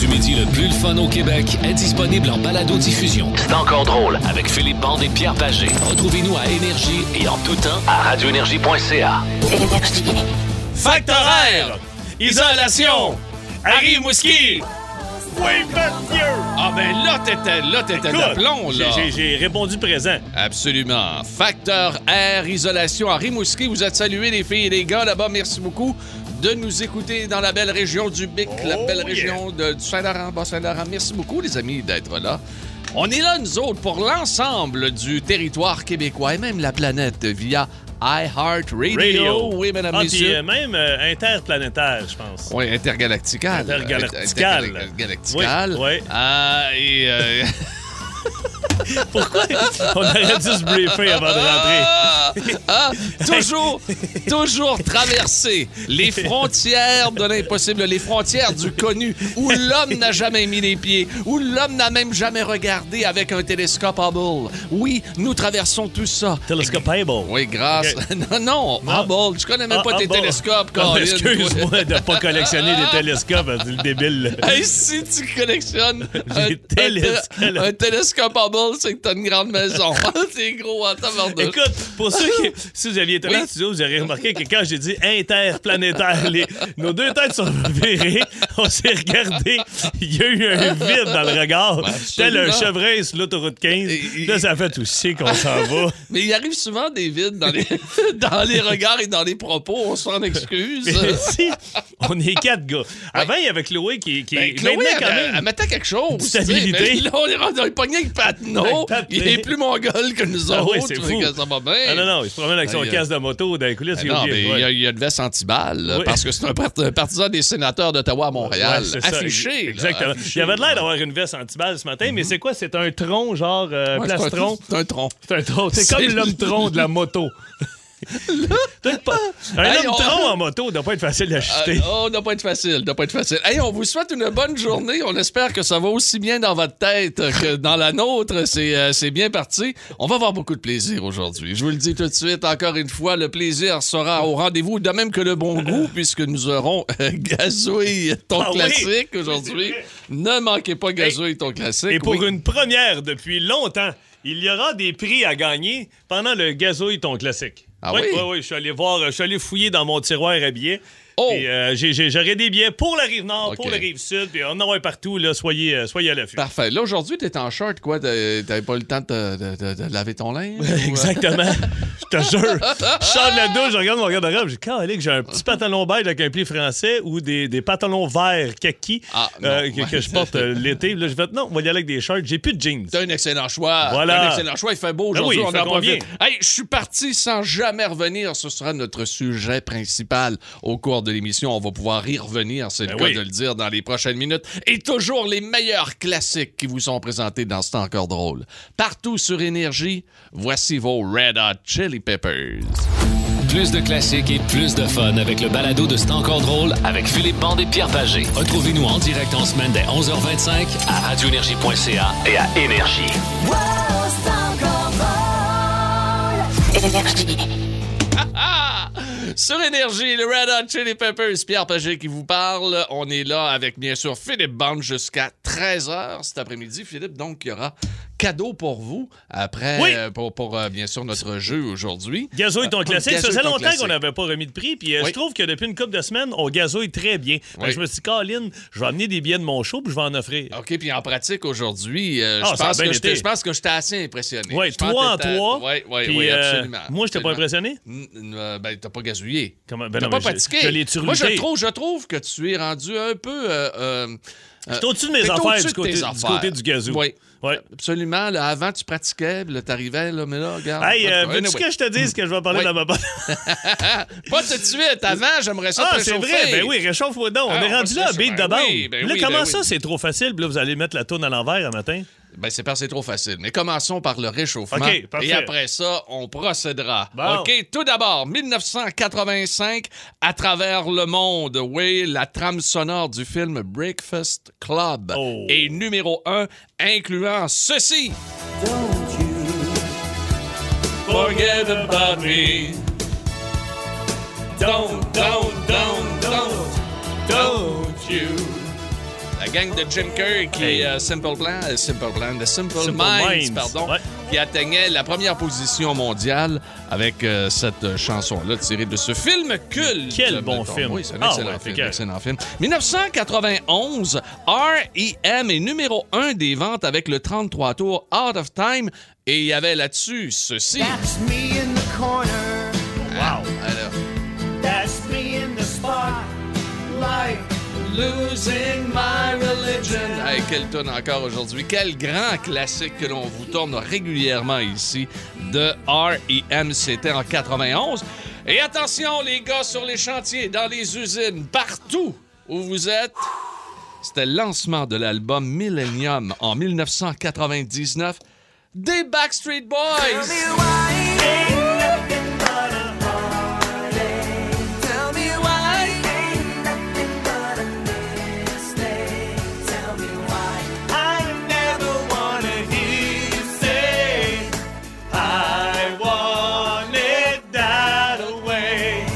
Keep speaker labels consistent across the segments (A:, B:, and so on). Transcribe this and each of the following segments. A: comédie le plus le fun au Québec est disponible en balado-diffusion. C'est encore drôle avec Philippe Bande et Pierre Pagé. Retrouvez-nous à Énergie et en tout temps à radioénergie.ca.
B: Facteur horaire, isolation, arrive Mouski.
C: Oui, monsieur!
B: Ah ben là, t'étais là, t'étais d'aplomb, là.
C: J'ai- j'ai- J'ai répondu présent.
B: Absolument. Facteur R, isolation à Rimouski. Vous êtes salués, les filles et les gars, là-bas. Merci beaucoup de nous écouter dans la belle région du Bic, la
C: Oh,
B: belle
C: yeah.
B: région de, du Saint-Laurent, Bas-Saint-Laurent. Merci beaucoup, les amis, d'être là. On est là, nous autres, pour l'ensemble du territoire québécois et même la planète via iHeartRadio.
C: Radio.
B: Oui, mesdames,
C: Ah, puis
B: messieurs.
C: euh, même euh, interplanétaire, je pense.
B: Oui, intergalactical.
C: Intergalactical.
B: Intergalactical.
C: Oui, oui.
B: Ah, et... euh,
C: Pourquoi? On aurait dû se briefer avant de rentrer.
B: Ah, ah, toujours, toujours traverser les frontières de l'impossible, les frontières du connu, où l'homme n'a jamais mis les pieds, où l'homme n'a même jamais regardé avec un télescope Hubble. Oui, nous traversons tout ça.
C: Telescopable.
B: Oui, grâce.
C: Ok.
B: Non, non,
C: Non.
B: Hubble, je connais même
C: Ah,
B: pas
C: ah,
B: tes
C: bon.
B: télescopes,
C: Ah,
B: Colin.
C: Excuse-moi de pas collectionner les télescopes, c'est le débile. là.
B: Hey, si tu collectionnes un,
C: Les télés-
B: un- un télescope Hubble, c'est que t'as une grande maison. c'est gros, en tabarnouche.
C: Écoute, pour ceux qui. Si vous aviez été là,
B: Oui.
C: en studio, vous auriez remarqué que quand j'ai dit interplanétaire, les- nos deux têtes sont revirées, on s'est regardé, il y a eu un vide dans le regard,
B: Ben,
C: tel un
B: absolument.
C: chevreuil sur l'autoroute 15.
B: Et- et-
C: Là, ça fait aussi qu'on s'en va.
B: Mais il arrive souvent des vides dans les, dans les regards et dans les propos. On s'en excuse. Ben,
C: Mais si, on est quatre gars. Avant, il y avait Chloé qui, qui
B: Ben, Chloé,
C: maintenant,
B: elle,
C: quand
B: elle-
C: même.
B: elle mettait quelque chose. tu sais,
C: stabilité.
B: mais là, on est rendu dans le pognon avec Patnaud.
C: Avec Patnaud.
B: Il est plus mongol que nous
C: Ah
B: autres.
C: oui, c'est
B: tu
C: fou.
B: sais que Ça va bien.
C: Ah non, non, il se promène avec son
B: Aïe,
C: casque de moto dans les coulisses.
B: Ben
C: il est
B: non,
C: obligé,
B: mais il
C: ouais.
B: y a- il y a une veste anti-balle, là,
C: Oui.
B: parce que c'est un, part- un partisan des sénateurs d'Ottawa à Montréal.
C: Ouais, c'est ça, ex-
B: affiché. là,
C: Exactement.
B: affiché. Mhm.
C: Il avait de l'air d'avoir une veste anti-balle ce matin, mais c'est quoi? C'est un tronc, genre euh,
B: Ouais, c'est un-
C: plastron?
B: C'est un tronc.
C: C'est un tronc. C'est
B: C'est
C: comme
B: le-
C: l'homme tronc de la moto. Peut-être pas- Un
B: Hey,
C: homme
B: on-
C: tronc en moto doit pas être facile d'acheter.
B: Euh, oh, doit pas être facile, doit pas être facile. Hey, on vous souhaite une bonne journée. On espère que ça va aussi bien dans votre tête que dans la nôtre. C'est euh, c'est bien parti. On va avoir beaucoup de plaisir aujourd'hui. Je vous le dis tout de suite, encore une fois, le plaisir sera au rendez-vous, de même que le bon goût, puisque nous aurons euh, Gazouille, ton
C: Euh. Ah oui,
B: classique aujourd'hui. Ne manquez pas Gazouille, ton classique.
C: Et pour
B: Oui.
C: une première depuis longtemps, il y aura des prix à gagner pendant le gazouille ton classique.
B: Ah
C: oui,
B: oui?
C: oui, oui, je suis allé voir, je suis allé fouiller dans mon tiroir à billets.
B: Oh!
C: Et, euh, j'ai- j'ai- J'aurai des billets pour la rive nord, pour
B: Ok.
C: la rive sud, puis on en a un partout, là, soyez, euh, soyez à l'affût.
B: Parfait. Là, aujourd'hui, t'es en short, quoi. T'as- T'avais pas le temps de, te- de- de- de laver ton linge? ou, euh?
C: Exactement. Je te jure. Je sors de la douche, je regarde mon garde-robe, je dis Calique, j'ai un petit pantalon beige avec un pli français ou des, des pantalons verts kaki
B: Ah,
C: euh,
B: non.
C: que, que je porte euh, l'été. Là, je vais non, on va y aller avec des shirts. J'ai plus de jeans.
B: C'est un excellent choix.
C: Voilà.
B: C'est Un excellent choix. Il fait beau
C: Ben
B: aujourd'hui.
C: oui, il
B: on
C: fait
B: en
C: combien?
B: profite. Hey, je suis parti sans jamais revenir. Ce sera notre sujet principal au cours de l'émission. On va pouvoir y revenir, c'est le
C: Ben
B: cas
C: oui.
B: de le dire, dans les prochaines minutes. Et toujours les meilleurs classiques qui vous sont présentés dans ce temps encore drôle. Partout sur Énergie, voici vos Red Hot Chili Peppers.
A: Plus de classiques et plus de fun avec le balado de C'est encore drôle avec Philippe Bande et Pierre Pagé. Retrouvez-nous en direct en semaine dès 11h25 à radioénergie.ca et à Énergie.
B: Ah! Sur Énergie, le Red Hot Chili Peppers, Pierre Pagé qui vous parle. On est là avec, bien sûr, Philippe Bande jusqu'à 13h cet après-midi. Philippe, donc, il y aura cadeau pour vous après,
C: Oui.
B: euh, pour, pour, euh, bien sûr, notre jeu aujourd'hui.
C: Gazouille ton
B: Euh,
C: classique. Ça
B: Gazouille
C: faisait
B: ton
C: longtemps
B: classique.
C: qu'on n'avait pas remis de prix. Puis euh,
B: Oui.
C: je trouve que depuis une couple de semaines, on gazouille très bien. Fait que
B: Oui. Ah,
C: je me suis dit, Colin, je vais amener des billets de mon show puis je vais en offrir.
B: OK, puis en pratique aujourd'hui, euh,
C: Ah,
B: je,
C: ça a
B: pense
C: bien
B: que j'étais-
C: été.
B: je pense que j'étais assez impressionné.
C: Ouais,
B: Je pense que
C: trois en
B: t'étais-
C: trois.
B: Ouais, ouais,
C: Puis,
B: ouais,
C: euh,
B: absolument.
C: moi, j'étais pas
B: absolument.
C: impressionné?
B: N- n- euh, Ben, t'as pas gazouillé.
C: Comment- ben
B: t'as
C: non,
B: pas
C: mais je-
B: pratiqué.
C: je l'ai
B: Moi, je
C: turluté.
B: trouve, je trouve que tu es rendu un peu. euh, euh,
C: Je suis au-dessus de mes
B: T'es
C: affaires,
B: au-dessus
C: du
B: de
C: côté,
B: tes
C: du
B: affaires.
C: côté du gazou.
B: Oui.
C: Ouais.
B: Absolument. là, avant, tu pratiquais, puis là, t'arrivais, là, mais là, regarde.
C: Hey, euh,
B: Anyway. Hmm.
C: veux-tu que je te dise que je vais parler
B: Oui.
C: de ma bonne-
B: Pas tout de suite. Avant, j'aimerais ça
C: Ah,
B: te
C: c'est
B: réchauffer.
C: vrai. Ben oui, réchauffe-moi donc.
B: Ah,
C: on
B: on
C: est
B: va
C: rendu
B: se
C: là à
B: réchauffer.
C: beat de
B: Ben
C: bande.
B: oui, ben
C: là,
B: oui,
C: comment
B: ben
C: ça,
B: oui.
C: c'est trop facile? Puis Là, vous allez mettre la tourne à l'envers un matin.
B: Ben, c'est parce que c'est trop facile. Mais commençons par le réchauffement.
C: OK, parfait.
B: et après ça, on procédera.
C: Bon.
B: OK, tout d'abord, 1985, à travers le monde. Oui, la trame sonore du film Breakfast Club
C: Oh.
B: est numéro un, incluant ceci. Forget about me. Don't, don't, don't, don't, don't you. La gang de Jim Kirk et
C: Hey.
B: euh, Simple Plan, euh, Simple Plan, de Simple,
C: Simple
B: Minds,
C: Minds,
B: pardon,
C: ouais.
B: qui atteignait la première position mondiale avec euh, cette euh, chanson-là tirée de ce film culte.
C: Quel bon
B: mettons.
C: film.
B: Oui, c'est un
C: Ah,
B: excellent
C: ouais,
B: film,
C: fait que-
B: excellent film. 1991, R.E.M. est numéro un des ventes avec le 33 tours Out of Time et il y avait là-dessus ceci. Ah,
D: That's me in the corner.
C: Wow.
B: Alors,
D: That's me in the spotlight.
B: Losing my religion. Hey, quel tune encore aujourd'hui. Quel grand classique que l'on vous tourne régulièrement ici de R.E.M. C'était en 91. Et attention, les gars, sur les chantiers, dans les usines, partout où vous êtes. C'était le lancement de l'album Millennium en 1999 des Backstreet Boys.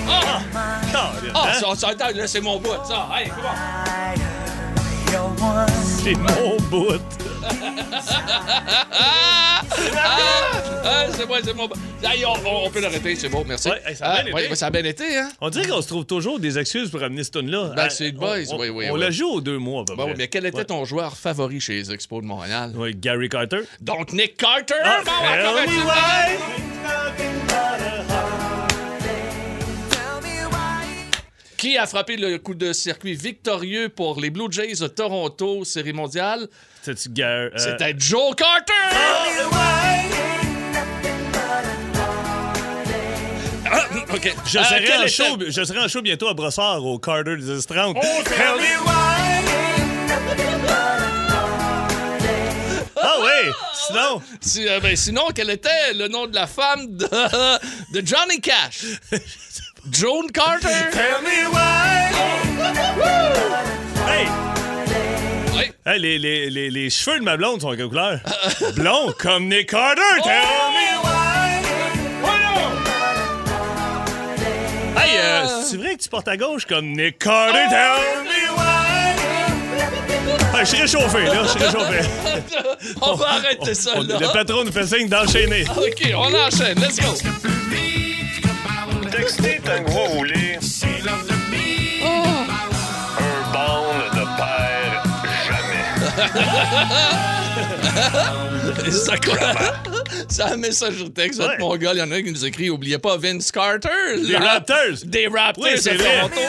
B: Ah,
C: Hein?
B: ah, ça, ça, attends, là, c'est mon bout, ça. Hey, come on.
C: C'est mon bout.
B: Ah, c'est bon, c'est bon. Aïe, on, on- on peut l'arrêter, c'est bon, merci.
C: Ouais, hey, ça a bien
B: Ah,
C: été.
B: ouais, ouais, ça a bien été, hein?
C: On dirait qu'on se trouve toujours des excuses pour amener ce tune-là.
B: Backstreet
C: Ah,
B: Boys,
C: on, on-
B: oui, oui,
C: On
B: oui.
C: l'a joué aux deux mois, à peu
B: Bon,
C: près.
B: mais quel était
C: Ouais.
B: ton joueur favori chez les Expos de Montréal?
C: Ouais, Gary Carter.
B: Donc, Nick Carter!
C: Ah,
B: Bon, encore
C: tell
B: un
C: me
B: petit
C: why.
B: peu. Qui a frappé le coup de circuit victorieux pour les Blue Jays de Toronto, Série mondiale?
C: C'était-tu Gary? euh,
B: C'était Joe Carter! Ah, OK.
C: Je
B: Euh,
C: serai,
B: quel
C: en
B: était- Oh,
C: show, je serai en show bientôt à Brossard au Carter 1030. Ah oui! Sinon,
B: Si- euh, ben, sinon, quel était le nom de la femme de, de Johnny Cash? Joan Carter!
C: hey!
B: Oui.
C: Hey, les, les, les, les cheveux de ma blonde sont de quelle couleur? Blond comme Nick Carter! tell
B: Oh!
C: me why. Voyons. Hey,
B: Ah!
C: euh, c'est vrai que tu portes à gauche comme Nick Carter?
B: Oh!
C: tell me why. Hey, je suis réchauffé, là, je suis réchauffé.
B: On va arrêter ça,
C: On-
B: là.
C: le patron nous fait signe d'enchaîner.
B: Ah, OK, on enchaîne. Let's go.
E: Texter ta rouler,
B: Oh.
E: un bande de père jamais.
B: Ça, ça a un message au texte. Votre
C: Ouais.
B: Mongol, il y en a un qui nous écrit Oubliez pas Vince Carter.
C: Les
B: là.
C: Raptors!
B: Des Raptors.
C: Oui, c'est
B: de
C: vrai.
B: Toronto.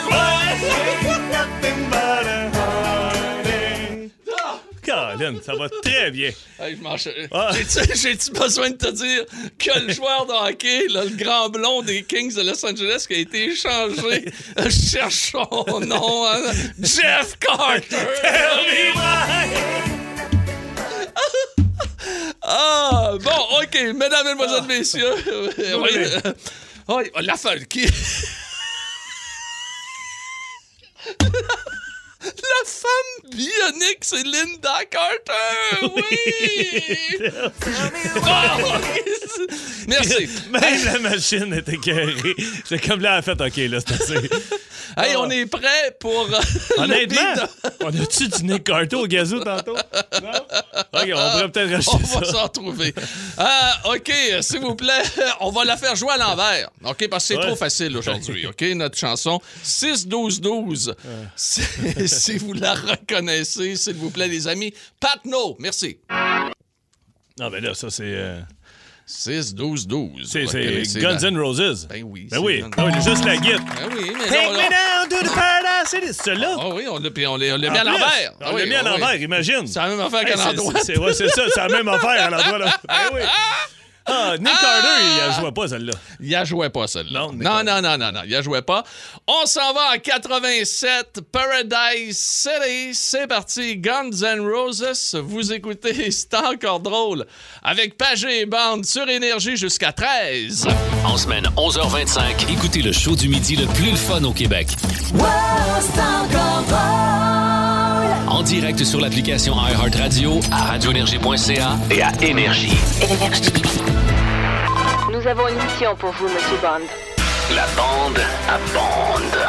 C: Colin, ça va très bien.
B: Hey, je m'enchaîne.
C: Ah.
B: J'ai-tu- J'ai-tu besoin de te dire que le joueur de hockey, là, le grand blond des Kings de Los Angeles, qui a été échangé, je cherche son nom. hein. Jeff Carter. Ah, bon, OK, mesdames, mesdemoiselles, messieurs. Oui, euh, oui, la folle qui. la femme bionique, c'est Linda Carter! Oui! Oh, oui. Merci.
C: Même la machine est écœurée. C'est comme là, en fait, OK, là, c'est assez.
B: Hey, on est prêt pour. euh, le
C: Ah Honnêtement,
B: beat
C: on a-tu du Nick Carter au gazou tantôt? Non? OK, on pourrait peut-être
B: On
C: racheter
B: va
C: ça.
B: s'en trouver. Ah, OK, euh, s'il vous plaît, on va la faire jouer à l'envers. OK, parce que c'est
C: Ouais.
B: trop facile aujourd'hui. OK, notre chanson 6-12-12. Si, si vous la reconnaissez, s'il vous plaît, les amis. Pat No, merci.
C: Non, mais là, ça, c'est... euh,
B: 6-12-12.
C: c'est
B: Vous
C: c'est
B: reconnaissez
C: Guns
B: la-
C: N' Roses.
B: Ben oui,
C: Ben
B: c'est
C: oui,
B: Guns
C: Ah oui, juste la guide.
B: Ben oui, mais
C: Take
B: non,
C: me down to the paradise city. C'est celle-là?
B: Ah oui, on l'a puis on l'a- on l'a mis
C: En
B: à
C: plus,
B: l'envers. Ah
C: On
B: oui,
C: l'a mis à
B: ah oui.
C: l'envers, imagine.
B: C'est la même affaire
C: Hey,
B: qu'à
C: c'est-
B: l'endroit.
C: c'est- ouais, c'est ça, c'est la même affaire à l'endroit. Là. Ben oui. Ah, Nick Carter, il ne jouait pas celle-là.
B: Il a joué pas celle-là.
C: Non,
B: Non, non, non, non, non, il a joué pas. On s'en va en 87, Paradise City. C'est parti, Guns N' Roses. Vous écoutez, c'est encore drôle. Avec Pagé et Bande sur Énergie jusqu'à 13.
A: En semaine 11h25, écoutez le show du midi le plus le fun au Québec. En direct sur l'application iHeartRadio, à radioénergie.ca et à Énergie.
F: Nous avons une mission pour vous, Monsieur Bond.
A: La bande à bande.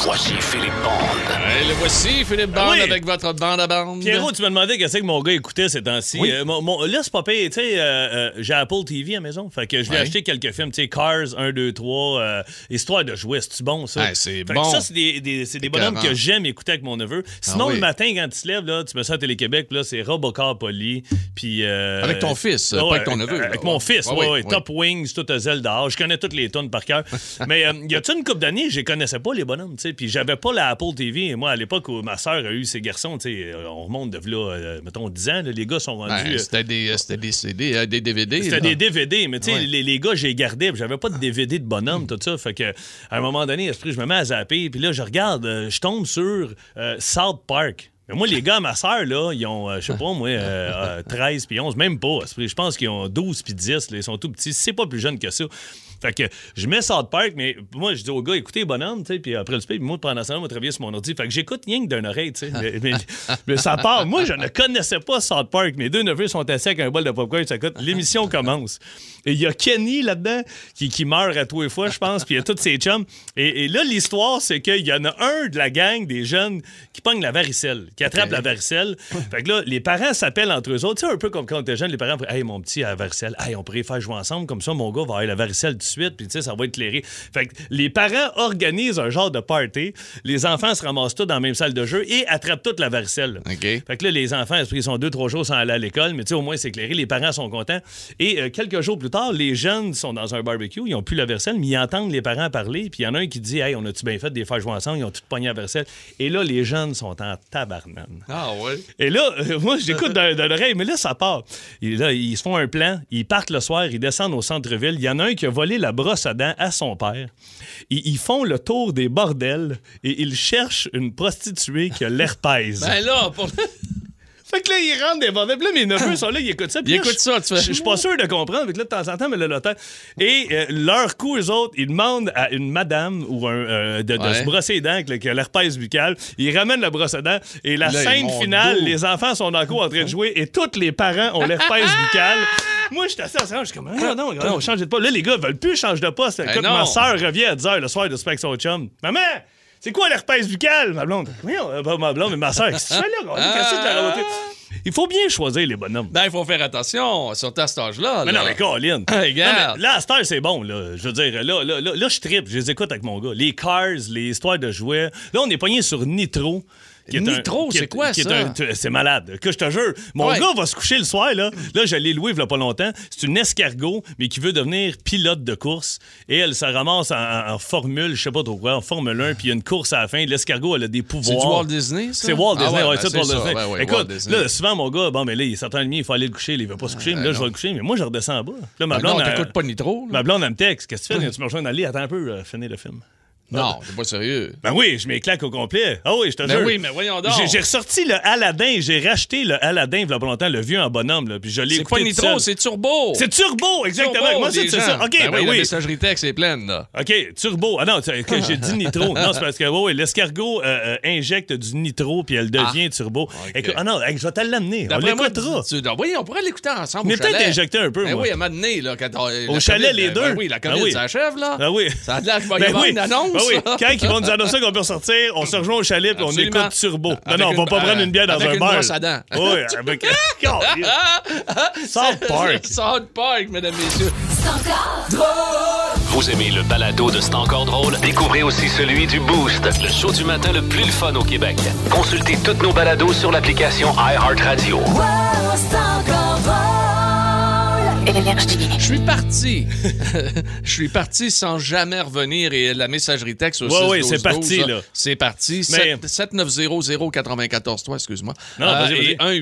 A: Voici Philippe Bond.
B: Et le voici, Philippe Bande,
C: oui.
B: avec votre bande à bande.
C: Pierrot, tu me demandais qu'est-ce que mon gars écoutait ces temps-ci. Euh, mon- mon- là, c'est pas pire. Tu sais, euh, euh, j'ai Apple TV à la maison. Fait que je vais
B: Ouais.
C: acheter quelques films. Tu sais, Cars 1, 2, 3. euh, histoire de jouer. C'est-tu bon, ça?
B: Ouais, c'est
C: Fait que
B: bon.
C: ça, c'est des, des- c'est des bonhommes
B: écœurant. Ah
C: que j'aime écouter avec mon neveu. Sinon,
B: oui.
C: le matin, quand tu te lèves, là, tu mets ça à Télé-Québec. puis Là, c'est Robocop Poli. Puis. euh,
B: Avec ton fils,
C: ouais,
B: pas avec ton neveu,
C: Avec
B: là.
C: mon fils,
B: Ouais,
C: oui,
B: oui,
C: oui.
B: oui.
C: Top Wings, tout à Zelda. Je connais toutes les tonnes par cœur. Mais euh, y a-tu une couple d'années, je les connaissais pas, les bonhommes, tu sais. Puis j'avais pas la Apple TV. Et moi, à l'époque où ma sœur a eu ses garçons, tu sais, euh, on remonte de là, mettons, 10 ans, là, les gars sont
B: Ben,
C: rendus. euh,
B: c'était des, euh, c'était des CD, euh, des DVD.
C: c'était
B: là.
C: des DVD, mais tu sais,
B: Ouais.
C: les, les gars, j'ai gardé, puis j'avais pas de DVD de bonhomme, tout ça. Fait que, à un moment donné, esprit, je me mets à zapper, puis là, je regarde, euh, je tombe sur euh, South Park. Mais moi, les gars, ma sœur, là, ils ont, euh, je sais pas, moi, euh, euh, 13 puis 11, même pas, esprit. Je pense qu'ils ont 12 puis 10, là, ils sont tout petits. C'est pas plus jeune que ça. Fait que je mets South Park, mais moi, je dis au gars, écoutez, bonhomme, tu sais, puis après le speed, moi, pendant ce temps-là, moi, je travaillais sur mon ordi. Fait que j'écoute rien que d'une oreille, tu sais. Mais, mais- mais ça part. Moi, je ne connaissais pas South Park. Mes deux neveux sont assis avec un bol de popcorn, ça coûte. L'émission commence. Et il y a Kenny là-dedans qui, qui meurt à tous les fois, je pense, puis il y a tous ses chums. Et, et là, l'histoire, c'est qu'il y en a un de la gang, des jeunes, qui pogne la varicelle, qui attrape
B: Ok.
C: la varicelle. Fait que là, les parents s'appellent entre eux autres. Tu sais, un peu comme quand on était jeune, les parents, hey, mon petit a la varicelle, hey, on pourrait faire jouer ensemble, comme ça, mon gars va avoir la varicelle tout de suite, puis tu sais, ça va éclairer. Fait que les parents organisent un genre de party, les enfants se ramassent tous dans la même salle de jeu et attrapent toute la varicelle.
B: OK.
C: Fait que là, les enfants, est-ce qu'ils sont deux, trois jours sans aller à l'école, mais tu sais, au moins, c'est éclairé, les parents sont contents. Et euh, quelques jours plus tard, les jeunes sont dans un barbecue, ils ont plus la verselle, mais ils entendent les parents parler, puis il y en a un qui dit, hey, on a-tu bien fait des faire jouer ensemble, ils ont tout pogné la verselle. Et là, les jeunes sont en tabarnane.
B: Ah ouais.
C: Et là, euh, moi, j'écoute de, de l'oreille, mais là, ça part. Et là, ils se font un plan, ils partent le soir, ils descendent au centre-ville. Il y en a un qui a volé la brosse à dents à son père. Ils, ils font le tour des bordels et ils cherchent une prostituée qui a l'herpès.
B: Ben là, pour...
C: Fait que là, ils rentrent des bordels. Puis là, mes neveux sont là, ils écoutent ça. Puis
B: Ils
C: là,
B: écoutent
C: je-
B: ça, tu fais-
C: Je je suis pas sûr de comprendre. Fait que là, de temps en temps, mais là, le temps. Et euh, leur coup, eux autres, ils demandent à une madame ou un, euh, de, de
B: Ouais.
C: se brosser les dents avec le- qui a l'herpès buccal. Ils ramènent la brosse à dents. Et la
B: Là, ils
C: scène
B: m'ont
C: finale,
B: dos.
C: les enfants sont dans le cours en train de jouer et tous les parents ont l'herpès buccal. Moi, j'étais assis ensemble, je suis comme, Ah, non, non, on change de poste. Là, les gars veulent plus changer de poste. Écoute,
B: Ben non.
C: ma soeur revient à 10h le soir de spec son chum. Maman! C'est quoi l'herpès buccal, ma blonde? Oui, euh, pas ma blonde, mais ma soeur. Qu'est-ce que tu fais là? On est cassé de la
B: Ah!
C: route. Il faut bien choisir les bonhommes.
B: ben, il faut faire attention, surtout à cet âge-là.
C: Mais
B: là.
C: non, mais Colin.
B: Ah, regarde.
C: Non, mais là, à cette heure, c'est bon, là. Je veux dire, là, là, là, là, je tripe. Je les écoute avec mon gars. Les Cars, les histoires de jouets. Là, on est pogné sur Nitro. qui est un-
B: Nitro,
C: qui est-
B: c'est quoi,
C: qui est
B: ça?
C: un- tu- C'est malade. Que je te jure, mon
B: Ouais.
C: gars va se coucher le soir, là. Là, je l'ai loué il y a pas longtemps. C'est une escargot, mais qui veut devenir pilote de course. Et elle se ramasse en, en- en formule, je sais pas trop quoi, en Formule 1, puis il y a une course à la fin. L'escargot, elle a des pouvoirs.
B: C'est du Walt Disney, ça?
C: C'est Walt
B: Ah
C: Disney,
B: ouais,
C: ouais,
B: ben,
C: c'est
B: c'est
C: Walt
B: ça,
C: Disney.
B: ouais, ouais, Walt
C: Écoute,
B: Disney.
C: là, souvent, mon gars, bon, mais là, il est 7h30, il faut aller le coucher, là, il veut pas se coucher, mais là, je vais le coucher, mais moi, je redescends en bas. Là, ma
B: Ben non,
C: blonde. elle-
B: t'écoutes pas Nitro. là.
C: Ma blonde, elle me texte. Qu'est-ce que tu fais? Viens-tu me rejoindre? Allez, attends un peu, euh, finis le film.
B: Non, c'est pas sérieux.
C: Ben oui, je m'éclate au complet. Ah oui, je te
B: Ben
C: jure.
B: oui, mais voyons donc.
C: J'ai- J'ai ressorti le Aladdin, j'ai racheté le Aladdin, il y a pas longtemps, le vieux en bonhomme, là, puis je l'ai
B: C'est pas
C: écouté tout
B: Nitro,
C: seul.
B: c'est Turbo.
C: C'est Turbo, exactement.
B: Turbo
C: Moi, c'est
B: des
C: c'est
B: gens.
C: ça. OK, ben,
B: oui, La
C: oui.
B: messagerie texte est pleine, là.
C: OK, turbo. Ah non, tu- que j'ai dit nitro. Non, c'est parce que ouais, ouais, l'escargot euh, euh, injecte du nitro puis elle devient turbo. Écoute, ah non, hey, je vais te l'amener. On
B: D'après moi,
C: l'écoutera.
B: tu- tu- Oui, on pourrait l'écouter ensemble.
C: Mais
B: au
C: peut-être
B: chalet.
C: injecter un peu,
B: Ben
C: moi.
B: oui, à un moment donné, là, quand on- la
C: Au chalet,
B: COVID,
C: les
B: ben
C: deux.
B: oui, la
C: Ben
B: COVID
C: oui.
B: s'achève, là.
C: Ah oui.
B: Ça a l'air qu'il va y
C: Ben
B: avoir
C: oui.
B: une annonce.
C: Ben oui.
B: là.
C: Quand ils vont nous annoncer qu'on peut ressortir, on se rejoint au chalet puis on
B: Absolument.
C: écoute turbo. Non,
B: Avec
C: non, on va
B: une-
C: pas prendre
B: euh,
C: une bière dans
B: avec
C: un
B: une
C: bar.
B: brosse à dents.
C: Oui, avec. South Park.
B: South Park, mesdames, messieurs.
A: Vous aimez le balado de C'est encore drôle? Découvrez aussi celui du Boost, le show du matin le plus le fun au Québec. Consultez toutes nos balados sur l'application iHeartRadio.
F: Énergie.
B: Je suis parti. Je suis parti sans jamais revenir et la messagerie texte aussi.
C: Ouais, ouais, c'est parti, là.
B: hein. C'est parti.
C: Mais-
B: 7- 7900-94, toi, excuse-moi. Euh,
C: Non, vas-y, vas-y.
B: et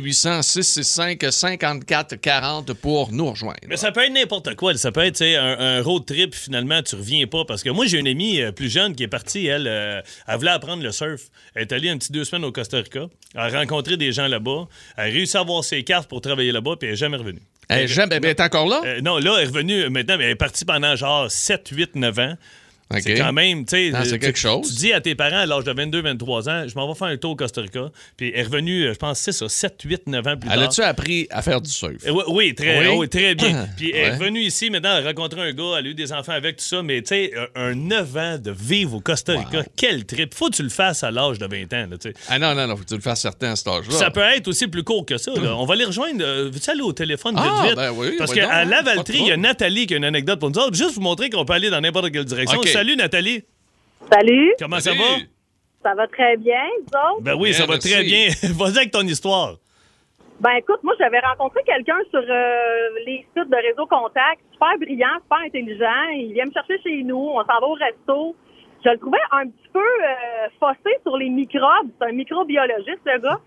B: 1-800-665-5440 pour nous rejoindre.
C: Mais ça peut être n'importe quoi. Ça peut être tu sais, un, un road trip, finalement, tu reviens pas. Parce que moi, j'ai une amie euh, plus jeune qui est partie, elle, euh, elle voulait apprendre le surf. Elle est allée un petit deux semaines au Costa Rica. Elle a rencontré des gens là-bas. Elle a réussi à avoir ses cartes pour travailler là-bas, puis elle n'est jamais revenue.
B: Eh, jamais- ben, t'es encore là?
C: Euh, non, là, elle est revenue euh, maintenant, mais elle est partie pendant genre 7, 8, 9 ans.
B: OK.
C: C'est quand même, tu sais, euh,
B: Ah, c'est
C: tu-
B: quelque chose.
C: Tu dis à tes parents à l'âge de 22-23 ans, je m'en vais faire un tour au Costa Rica. Puis elle est revenue, euh, je pense, 6 ou 7, 8, 9 ans plus
B: Elle
C: tard.
B: a-tu appris à faire du surf?
C: Euh, Oui, oui, très,
B: Oui? Ah,
C: oui, très bien. Puis elle est
B: Ouais.
C: venue ici, maintenant, elle a rencontré un gars, elle a eu des enfants avec, tout ça. Mais tu sais, un- un 9 ans de vivre au Costa Rica, quel trip. Faut que tu le fasses à l'âge de 20 ans, là, tu sais.
B: Ah non, non, non, faut que tu le fasses certain à cet âge-là.
C: Ça peut être aussi plus court que ça. là. On va les rejoindre. euh, Veux-tu aller au téléphone
B: Ah,
C: vite, vite?
B: ben oui,
C: Parce
B: ouais donc,
C: qu'à
B: hein, pas
C: Lavaltrie,
B: de
C: il y a
B: trouble.
C: Nathalie qui a une anecdote pour nous autres. Juste vous montrer qu'on peut aller dans n'importe quelle direction.
B: OK.
C: Salut, Nathalie.
G: Salut,
C: Comment
B: Salut!
C: ça va?
G: ça va très bien, vous autres?
C: Ben oui,
B: Bien,
C: ça va
B: merci.
C: très bien. Vas-y avec ton histoire.
G: Ben écoute, moi j'avais rencontré quelqu'un sur euh, les sites de réseau contact, super brillant, super intelligent. Il vient me chercher chez nous, on s'en va au resto. Je le trouvais un petit peu euh, faussé sur les microbes. C'est un microbiologiste, le gars.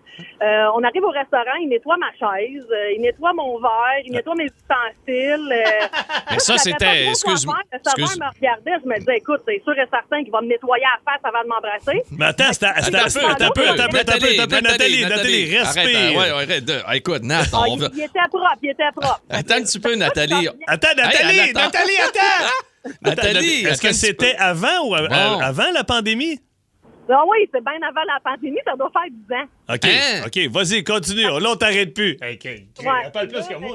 G: Euh, on arrive au restaurant, il nettoie ma chaise, euh, il nettoie mon verre, il nettoie mes ustensiles. euh,
B: Mais ça,
G: savais pas
B: c'était.
G: trop quoi
B: Excuse-moi.
G: faire. Le serveur
B: Excuse
G: me regardait, je me disais, écoute, c'est sûr et certain qu'il va me nettoyer la face avant de m'embrasser.
C: Mais attends, c'est à- c'est à-
B: Attends
C: c'est à- attends un peu, attends un peu, attends un peu, attends un peu, Nathalie, Nathalie,
B: Arrête, hein, ouais,
C: respire.
B: arrête. de- ah, Écoute, Nat,
G: Ah,
B: on
G: il,
B: va.
G: il était propre, il était propre.
B: Attends un petit peu, Nathalie.
C: Attends,
B: Hey,
C: Nathalie,
B: elle attend.
C: Nathalie, attends!
B: Nathalie,
C: Est-ce
B: attends
C: que
B: un petit
C: c'était avant ou av-
B: Bon.
C: avant la pandémie?
G: Ah oui, c'est bien avant la pandémie, ça doit faire 10 ans.
C: OK,
B: Hein?
C: OK, vas-y, continue. Là, on t'arrête plus.
G: Ouais. Là,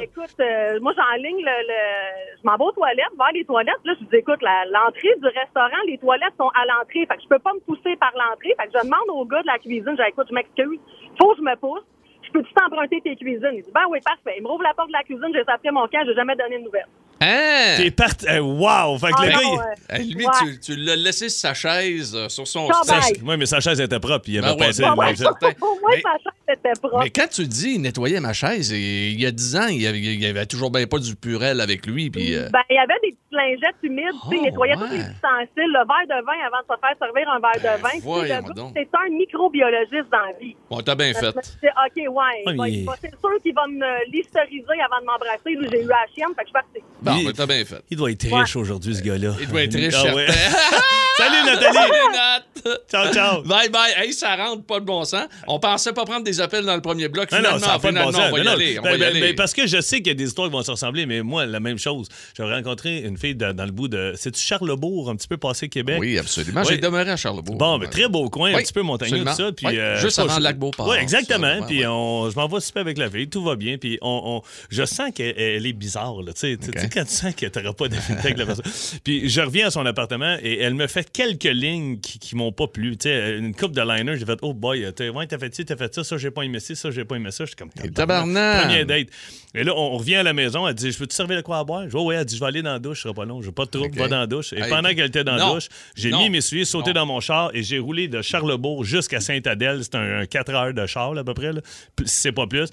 G: Écoute, euh, moi, j'enligne le, le- Je m'en vais aux toilettes, vers les toilettes. Là, je dis, écoute, la- l'entrée du restaurant, les toilettes sont à l'entrée. Fait que je peux pas me pousser par l'entrée. Fait que je demande au gars de la cuisine, j'ai dit, écoute, je m'excuse. Faut que je me pousse. Je peux-tu t'emprunter tes cuisines? Il dit, ben oui, parfait. Il me rouvre la porte de la cuisine, j'ai sapé mon camp, j'ai jamais donné de nouvelles.
B: Hein?
C: T'es parti. euh, Wow! Fait que le
G: Ah,
C: gars,
G: non,
C: il-
G: euh,
B: Hey, Lui,
G: ouais.
B: tu, tu l'as laissé sur sa chaise, euh, sur son
G: Ça
B: siège.
G: va.
C: Oui, mais sa chaise était propre, il avait
B: Ben ouais,
C: passé
B: ben
C: le
B: ouais.
C: linge.
B: certain.
G: Au moins,
B: Mais-
G: ma chaise était propre.
B: Mais quand tu dis il nettoyait ma chaise, et il y a 10 ans, il y avait, il y avait toujours bien pas du purel avec lui. Puis, euh,
G: Ben, il y avait des petites lingettes humides, tu sais,
B: Oh,
G: il nettoyait
B: ouais.
G: tous les ustensiles, le verre de vin avant de se faire servir un
B: Ben,
G: verre de vin. Tu sais,
B: voyons
G: le gars,
B: donc.
G: C'est un microbiologiste dans la vie.
B: on t'a bien
G: Je me
B: fait.
G: disais, OK, ouais, il va-
C: Oui.
G: il va- c'est sûr qu'il va me l'historiser avant de m'embrasser. Lui, j'ai eu la chienne, fait que je suis partie.
B: Bon,
C: Il-
B: ben, t'as bien fait.
C: Il doit être riche aujourd'hui, ce gars-là.
B: Il doit être riche,
C: Ah ouais.
B: certain.
C: Salut, Nathalie!
B: Salut, Nat!
C: Ciao, ciao!
B: Bye bye. Hey, ça rentre pas de bon sens. On pensait pas prendre des appels dans le premier bloc.
C: Non,
B: Finalement,
C: non, ça n'a pas de bon
B: finalement,
C: sens.
B: on va y
C: Non, non.
B: aller. On
C: Ben,
B: va y
C: ben,
B: aller.
C: ben, parce que je sais qu'il y a des histoires qui vont se ressembler, mais moi, la même chose. J'ai rencontré une fille dans, dans le bout de. C'est-tu Charlebourg, un petit peu passé Québec?
B: Oui, absolument.
C: Oui.
B: J'ai demeuré à Charlebourg.
C: Bon, mais très beau coin, un
B: Oui,
C: petit peu montagneux, tout
B: absolument.
C: ça. Puis, euh,
B: Oui, juste
C: ça,
B: avant
C: je-
B: le lac Beauport,
C: Oui,
B: ça,
C: exactement.
B: ouais,
C: puis
B: ouais.
C: on- je m'en vais super avec la ville, tout va bien. Puis on, on- je sens qu'elle elle est bizarre, là. Tu sais, tu- tu sais, quand tu sens que t'auras pas d'affinité avec la personne. Puis je reviens à son appartement et elle me fait quelques lignes qui, qui m'ont pas plu. Tu sais, une coupe de liner, j'ai fait, oh boy, t'as ouais, t'as fait ci, t'as fait ça, ça, j'ai pas aimé ci, ça, j'ai pas aimé ça. Je suis comme,
B: Et tabarnak.
C: Première date. Et là, on on revient à la maison, elle dit, je peux te servir de quoi à boire? Je dis, oh, ouais, elle dit, je vais aller dans la douche, je serai pas long, je pas de trouble,
B: Ok.
C: va dans la douche. Et
B: Hey.
C: pendant qu'elle était dans la
B: Non.
C: douche, j'ai
B: Non.
C: mis mes souliers, sauté
B: Non.
C: dans mon char et j'ai roulé de Charlebourg jusqu'à Sainte-Adèle. C'est un, un 4 heures de char, là, à peu près, là. P- si c'est pas plus.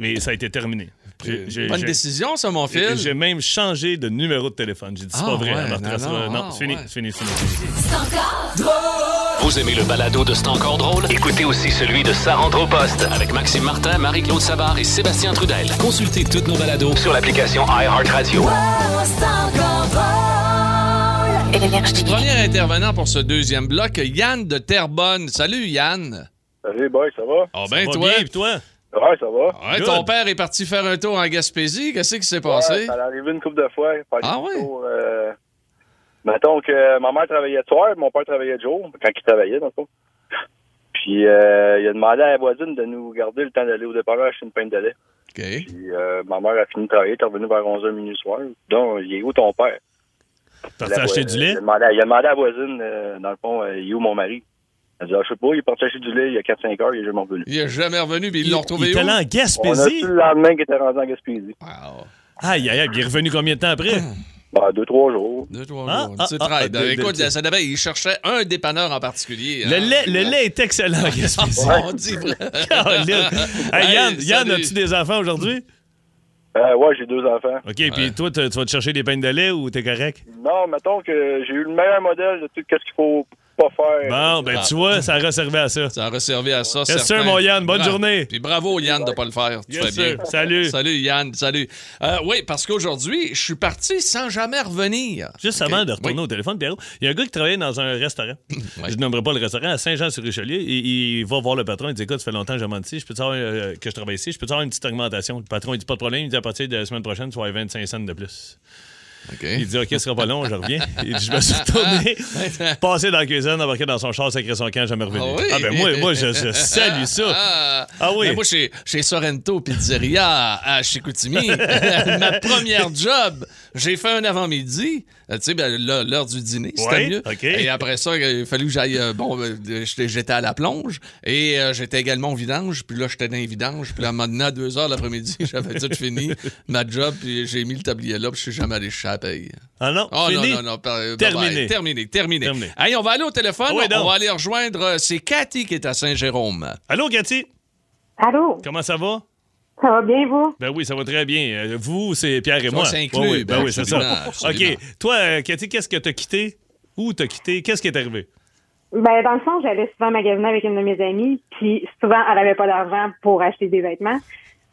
C: Et ça a été terminé. J'ai- j'ai-
B: Bonne
C: j'ai-
B: décision, ça, mon
C: j'ai-
B: fil.
C: J'ai même changé de numéro de téléphone. J'ai dit, c'est
B: Ah,
C: pas vrai.
B: ouais,
C: elle m'a
B: non,
C: retracé-
B: non,
C: non,
B: ah,
C: c'est fini,
B: ouais.
C: c'est fini, c'est fini.
A: Vous aimez le balado de C'est encore drôle? Écoutez aussi celui de Sa rentre au poste avec Maxime Martin, Marie-Claude Savard et Sébastien Trudel. Consultez tous nos balados sur l'application iHeartRadio.
F: Énergie.
B: Premier intervenant pour ce deuxième bloc, Yann de Terrebonne. Salut, Yann.
H: Salut, boy, ça va?
B: Ah
C: Ça
B: ben,
C: va
B: toi.
C: bien, puis toi?
H: Ouais, ça va.
B: Ouais,
C: Good.
B: ton père est parti faire un tour en Gaspésie. Qu'est-ce qui s'est
H: Ouais,
B: passé?
H: Euh, ça allait arrivé une couple de fois. Fait que
B: Ah ouais?
H: plutôt, euh, mettons que ma mère travaillait le soir, mon père travaillait le jour, quand il travaillait, dans le fond. Puis euh, il a demandé à la voisine de nous garder le temps d'aller au dépanneur acheter une pinte de lait.
B: OK.
H: Puis euh, ma mère a fini de travailler, elle est revenue vers 11h minuit le soir. Donc, il est où ton père?
C: T'as
H: La
C: acheté
H: voi-
C: du
H: Il
C: lait?
H: a demandé, à- il a demandé à la voisine, euh, dans le fond, euh, il est où mon mari? Elle dit, ah, je sais pas, il est parti acheter du lait il y a 4-5 heures, il est jamais revenu.
B: Il est jamais revenu, puis ils l'ont retrouvé
C: il
B: où?
C: était allé en
H: On a su
C: Gaspésie.
H: le lendemain qu'il était rendu en Gaspésie.
B: Wow.
C: Aïe, aïe, aïe. Il est revenu combien de temps après?
B: Ah,
H: Bah, deux, trois jours.
B: Deux, trois
C: Ah,
B: jours.
C: ah,
B: C'est
C: ah,
B: trade.
C: ah, de-
B: Écoute,
C: de-
B: ça devait, il cherchait un dépanneur en particulier.
C: Le
B: hein.
C: lait, le lait est excellent en Gaspésie.
B: On dit vrai.
C: Caroline. Hey, Yann,
B: Hey,
C: Yann
B: salut.
C: as-tu des enfants aujourd'hui?
H: Euh, ouais, j'ai deux enfants.
C: OK, puis toi, tu tu vas te chercher des peines de lait ou t'es correct?
H: Non, mettons que j'ai eu le meilleur modèle de tout ce qu'il faut pas faire.
C: Bon,
B: Ah.
C: ben tu vois, ça resservait à ça.
B: Ça a resservi à ça.
C: Yes,
B: certain.
C: sir, mon Yann. Bonne
B: Bravo.
C: journée.
B: Puis bravo, Yann, de ne pas le faire. Tu
C: Yes,
B: fais bien.
C: sir. Salut.
B: Salut, Yann. Salut. Euh, oui, parce qu'aujourd'hui, je suis parti sans jamais revenir.
C: Juste
B: Ok?
C: avant de retourner
B: Oui.
C: au téléphone, Pierrot, il y a un gars qui travaillait dans un restaurant. Je nommerai pas le restaurant, à Saint-Jean-sur-Richelieu. Et il va voir le patron. Il dit Écoute, ça fait longtemps que je monte ici. Je peux te savoir euh, que je travaille ici. Je peux te avoir une petite augmentation. Le patron, il dit Pas de problème. Il dit À partir de la semaine prochaine, tu vas avoir 25 cents de plus.
B: OK.
C: Il dit OK, ce sera pas long, je reviens. Il dit Je me suis retourné, passé dans la cuisine, embarqué dans son char, sacré son camp, jamais revenu.
B: Ah oui?
C: ben moi, moi je, je salue ça.
B: Ah,
C: Ah oui.
B: ben moi, chez, chez Sorrento Pizzeria à Chicoutimi, ma première job, j'ai fait un avant-midi, euh, tu sais, ben, l'heure l'heure du dîner, c'était
C: Ouais,
B: mieux.
C: ok.
B: Et après ça, il a fallu que j'aille, euh, bon, euh, j'étais j'étais à la plonge et euh, j'étais également au vidange, puis là, j'étais dans les vidanges, puis là, maintenant, à 2 heures l'après-midi, j'avais tout fini, ma job, puis j'ai mis le tablier là, puis je suis jamais allé chez la paye.
C: Ah non,
B: Oh
C: fini.
B: non, non, non. par- bye-bye.
C: Terminé.
B: Terminé, terminé.
C: Terminé.
B: Allez, on va aller au téléphone.
C: Ah oui, donc.
B: on va aller rejoindre. euh, C'est Cathy qui est à Saint-Jérôme.
C: Allô, Cathy,
G: Allô?
C: comment ça va?
G: Ça va bien, vous?
C: Ben oui, ça va très bien. Euh, Vous, c'est Pierre et
B: Ça,
C: moi.
B: c'est inclus,
C: Ouais, ouais, ben
B: ben
C: oui, c'est
B: absolument,
C: ça.
B: absolument.
C: OK. Toi, euh, Cathy, qu'est-ce que t'as quitté? Où t'as quitté? Qu'est-ce qui est arrivé?
G: Ben, dans le fond, j'allais souvent magasiner avec une de mes amies, puis souvent, elle avait pas d'argent pour acheter des vêtements.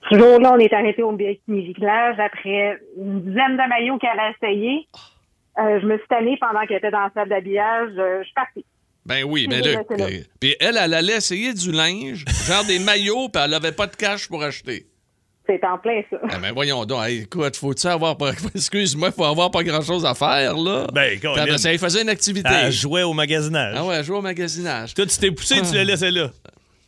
G: Ce jour-là, on est arrêté au bikini Village après une dizaine de maillots qu'elle a essayé. Euh, je me suis tannée pendant qu'elle était dans la salle d'habillage. euh, je suis partie.
B: Ben oui, mais
G: Oui,
B: là.
G: c'est là.
B: euh, Puis elle, elle allait essayer du linge, genre des maillots, puis elle avait pas de cash pour acheter.
G: C'est en plein, ça.
B: Ah, ben voyons donc. Hey, écoute, faut-tu avoir. pas- Excuse-moi, faut avoir pas grand-chose à faire, là.
C: Ben,
B: Puis après
C: Colin,
B: ça, elle faisait une activité.
C: elle jouait au magasinage.
B: ah ouais, elle jouait au magasinage.
C: Toi, tu t'es poussé, tu l'as laissé là.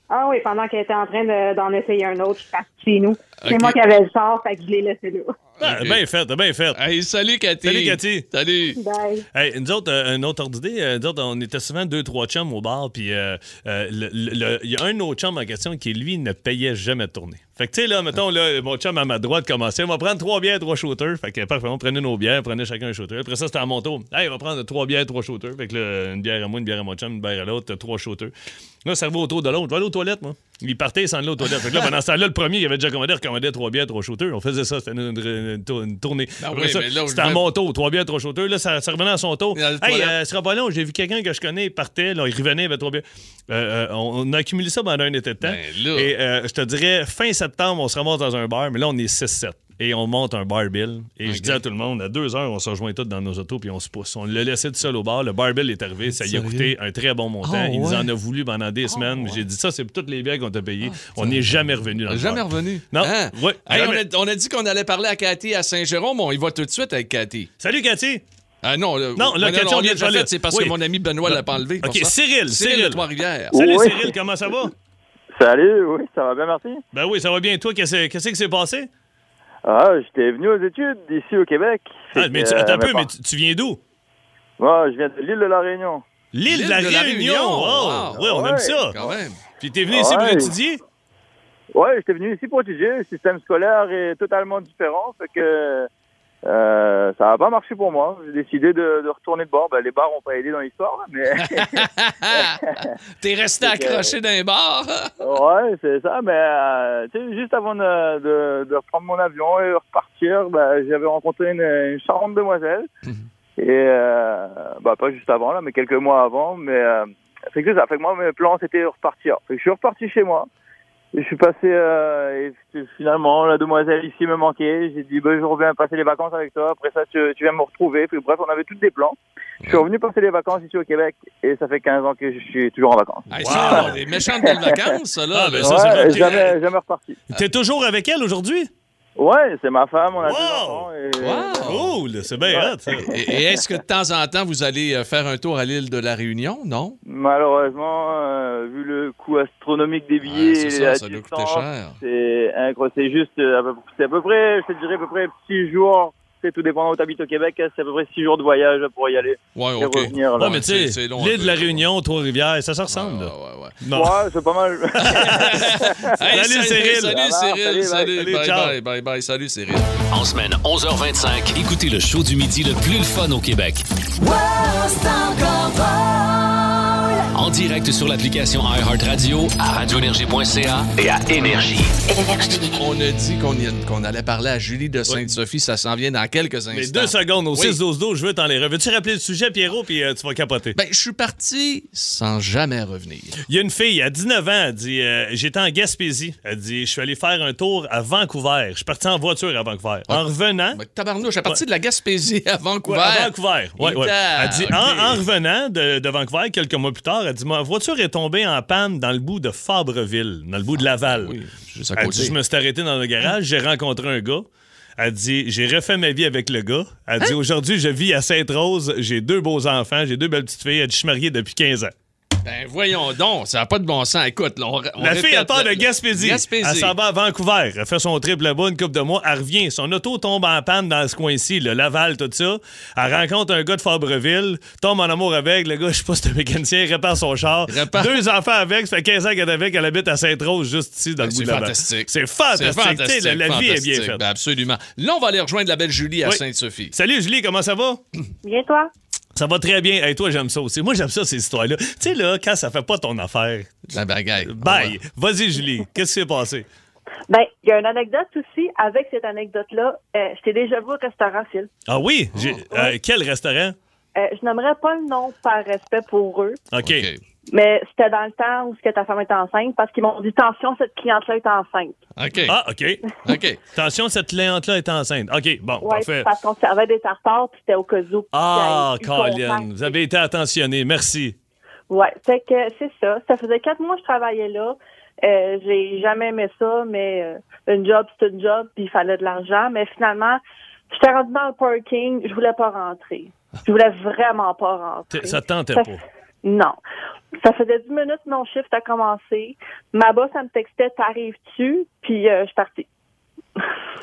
G: Ah oui, pendant qu'elle était en train de- d'en essayer un autre, je suis partie chez nous.
B: Ok.
G: C'est moi qui avais le sort, fait que je l'ai laissé là.
C: Ah,
B: Ok.
C: Bien fait, bien fait.
B: Hey, salut, Cathy.
C: Salut, Cathy.
B: Salut.
G: Bye.
C: Hey, nous autres, euh, une autre ordre d'idée, euh, nous autres, on était souvent deux, trois chums au bar, puis euh, euh, le- le- le- il y a un autre chum en question qui, lui, ne payait jamais de tournée. Fait que, tu sais, là, mettons, là, mon chum à ma droite commençait, on va prendre trois bières, trois shooters. Fait que, parfait, on prenait nos bières, prenait chacun un shooter. Après ça, c'était à mon tour. Hey, on va prendre trois bières, trois shooters. Fait que, là, une bière à moi, une bière à mon chum, une bière à l'autre, trois shooters. Là, ça va autour de l'autre. Je vais aller aux toilettes, moi. Il partait, il s'en allait aux toilettes. Fait que là, pendant ce temps-là, le premier, il avait déjà commandé, recommandait trois bières, trois shooters. On faisait ça, c'était une, une- une- une tournée.
B: Ben
C: Après
B: oui,
C: ça,
B: mais là, je
C: c'était à
B: vais-
C: mon tour, trois bières, trois shooters. Là, ça, ça revenait à son tour.
B: Il y a le
C: Hey,
B: toilette.
C: euh, ce sera pas long. J'ai vu quelqu'un que je connais, il partait, là, il revenait, il avait trois bières. Euh, euh, on, on a accumulé ça pendant un été de temps.
B: Ben là.
C: Et euh, je te dirais, fin septembre, on se ramasse dans un bar, mais là, on est 6-7. Et on monte un bar bill. Et je dis à tout le monde, à deux heures, on se rejoint tous dans nos autos puis on se pousse. On l'a laissé tout seul au bar. Le bar bill est arrivé. Ça lui a
B: Sérieux?
C: coûté un très bon montant.
B: Ah,
C: il nous
B: ouais. Ah,
C: en a voulu pendant des semaines. J'ai dit ça, c'est pour toutes les bières qu'on t'a payées. on n'est jamais revenu dans le
B: Jamais
C: bar.
B: revenu.
C: Non.
B: Hein?
C: Ouais,
B: Hey, on,
C: jamais.
B: a, on a dit qu'on allait parler à Cathy à Saint-Jérôme. On y va tout de suite avec Cathy.
C: Salut, Cathy!
B: Ah non, le,
C: Non, le
B: ouais,
C: Cathy, on
B: l'a
C: vient de
B: déjà
C: parler.
B: fait, c'est parce
C: Oui.
B: que mon ami Benoît l'a pas enlevé. pour
C: OK,
B: ça.
C: Cyril, Cyril.
B: de Trois-Rivières.
C: Salut,
H: Oui.
C: Cyril, comment ça va?
H: Salut, oui, ça va bien, merci.
C: Ben oui, ça va bien. Toi, qu'est-ce qu'est-ce qui s'est passé?
H: Ah, j'étais venu aux études ici au Québec.
C: Ah, mais tu,
H: Euh,
C: attends un peu,
H: pas-
C: mais tu, tu viens d'où?
H: Moi, je viens de l'île de la Réunion.
C: L'île de la Réunion! Oh,
B: wow.
C: Oui, on aime
H: Ouais.
C: ça.
B: Quand même.
C: Puis t'es venu ici pour
H: Ouais.
C: étudier?
H: Ouais, j'étais venu ici pour étudier. Le système scolaire est totalement différent. Fait que euh, ça n'a pas marché pour moi. J'ai décidé de, de retourner de bord. Ben, les bars n'ont pas aidé dans l'histoire, mais
B: T'es resté
H: C'est que-
B: accroché d'un bar.
H: ouais, c'est ça. Mais euh, tu sais, juste avant de, de, de reprendre mon avion et de repartir, ben, j'avais rencontré une, une charmante demoiselle.
C: Mhm.
H: Et euh, bah, pas juste avant là, mais quelques mois avant. Mais euh, fait que c'est ça. Fait que moi, mes plans c'était de repartir. Fait que je suis reparti chez moi. Et je suis passé euh, et finalement la demoiselle ici me manquait. J'ai dit ben je reviens passer les vacances avec toi. Après ça tu, tu viens me retrouver. Puis bref on avait tous des plans. Je suis revenu passer les vacances ici au Québec et ça fait 15 ans que je suis toujours en vacances.
B: Hey,
C: Wow.
B: ça, des méchantes belles vacances, ça, là.
C: Ah, ben
B: là.
C: ça,
H: ouais,
C: c'est
H: jamais, jamais reparti.
C: T'es toujours avec elle aujourd'hui?
H: Ouais, c'est ma femme, on a
C: Wow.
H: deux enfants. Et...
B: Wow.
C: Cool, c'est bien hot, ça.
B: Et, et est-ce que de temps en temps, vous allez euh, faire un tour à l'île de la Réunion? Non?
H: Malheureusement, euh, vu le coût astronomique des
B: Ouais,
H: billets,
B: Ah, c'est
H: la
B: ça, ça doit coûter
H: distance,
B: cher.
H: c'est incroyable. C'est juste euh, à peu, c'est à peu près, je te dirais à peu près six jours. C'est tout dépendant où tu habites au Québec, hein, c'est à peu près six jours de voyage pour y aller
B: Ouais,
H: et
B: OK.
H: revenir. Là.
C: Ouais, mais tu
B: c'est-
C: sais,
B: c'est long un
C: l'île
B: peu,
C: de la
B: là.
C: Réunion, Trois-Rivières, ça se
B: Ouais,
C: ressemble, là.
B: ouais, ouais.
C: Non.
H: Ouais, c'est pas mal.
B: Hey,
C: Salut, Cyril.
B: Salut,
H: Ça va,
B: Cyril.
H: salut,
B: Salut.
C: bye.
B: Bye,
C: Ciao.
B: bye, bye, bye. Salut, Cyril.
A: En semaine 11h25, écoutez le show du midi le plus le fun au Québec. En direct sur l'application iHeartRadio, à radioénergie.ca et à Énergie.
F: Énergie.
B: On a dit qu'on y- qu'on allait parler à Julie de Sainte-Sophie. Ça s'en vient dans quelques instants.
C: Mais deux secondes, au
B: Oui.
C: 6-12-12, je veux t'en les Veux-tu rappeler le sujet, Pierrot, puis euh, tu vas capoter?
B: Ben, je suis parti sans jamais revenir.
C: Il y a une fille, à 19 ans, elle dit euh, J'étais en Gaspésie. Elle dit Je suis allé faire un tour à Vancouver. Je suis parti en voiture à Vancouver. En revenant.
B: Ben, tabarnouche, à partir de la Gaspésie à Vancouver.
C: Ouais, à Vancouver. Ouais,
B: Il
C: ouais.
B: était-
C: Elle dit, hein? en, en
B: ok.
C: revenant de, de Vancouver, quelques mois plus tard, elle dit Ma voiture est tombée en panne dans le bout de Fabreville, dans le bout de Laval.
B: Ah Oui, juste à
C: Elle
B: côté.
C: dit, je me suis arrêté dans le garage, j'ai rencontré un gars. Elle dit J'ai refait ma vie avec le gars. Elle
B: Hein?
C: dit Aujourd'hui, je vis à Sainte-Rose. J'ai deux beaux enfants. J'ai deux belles petites filles. Elle dit Je suis mariée depuis 15 ans.
B: Ben voyons donc, ça n'a pas de bon sens. Écoute, là, on, on
C: La fille,
B: répète,
C: elle part de
B: là,
C: Gaspésie.
B: Gaspésie.
C: Elle s'en va à Vancouver. Elle fait son triple bas, une coupe de mois. Elle revient. Son auto tombe en panne dans ce coin-ci, le Laval, tout ça. Elle rencontre un gars de Fabreville, tombe en amour avec. Le gars, je sais pas si c'est un mécanicien, il répare son char.
B: Il répare.
C: Deux enfants avec. Ça fait 15 ans qu'elle est avec. Elle habite à Sainte-Rose, juste ici, dans le bout
B: Ben, C'est
C: de Laval.
B: fantastique.
C: C'est fantastique. Tu sais, La, la vie est bien
B: fantastique.
C: faite.
B: Ben absolument. Là, on va aller rejoindre la belle Julie à
C: Oui.
B: Sainte-Sophie.
C: Salut Julie, comment ça va?
G: Bien, toi?
C: Ça va très bien. Et toi, j'aime ça aussi. Moi, j'aime ça, ces histoires-là. Tu sais, là, quand ça fait pas ton affaire,
B: La bagaille.
C: bye. Vas-y, Julie. Qu'est-ce qui s'est passé?
G: Ben, il y a une anecdote aussi. Avec cette anecdote-là, euh, je t'ai déjà vu au restaurant, Phil.
C: Ah oui? j'ai-
B: Oh,
C: euh, quel restaurant?
G: Euh, je nommerai pas le nom par respect pour eux,
C: OK.
B: On va- OK.
G: mais c'était dans le temps où ce que ta femme était enceinte parce qu'ils m'ont dit attention, cette cliente-là est enceinte.
B: OK.
C: Ah, OK.
B: OK.
C: Attention, cette cliente-là est enceinte. OK, bon,
G: Ouais,
C: parfait.
G: parce qu'on servait des tartares, puis c'était au cas où.
C: Ah,
G: Puis, euh, eu
C: Colin,
G: contact.
C: vous avez été attentionné. Merci.
G: Ouais, fait que c'est ça. Ça faisait quatre mois que je travaillais là. Euh, j'ai jamais aimé ça, mais euh, une job, c'est une job, puis il fallait de l'argent. Mais finalement, j'étais rentrée dans le parking, je voulais pas rentrer. Je voulais vraiment pas rentrer.
C: T- Ça te tentait
G: Ça-
C: pas.
G: Non. Ça faisait dix minutes, mon shift a commencé. Ma boss, elle me textait, t'arrives-tu? Puis euh, je suis partie.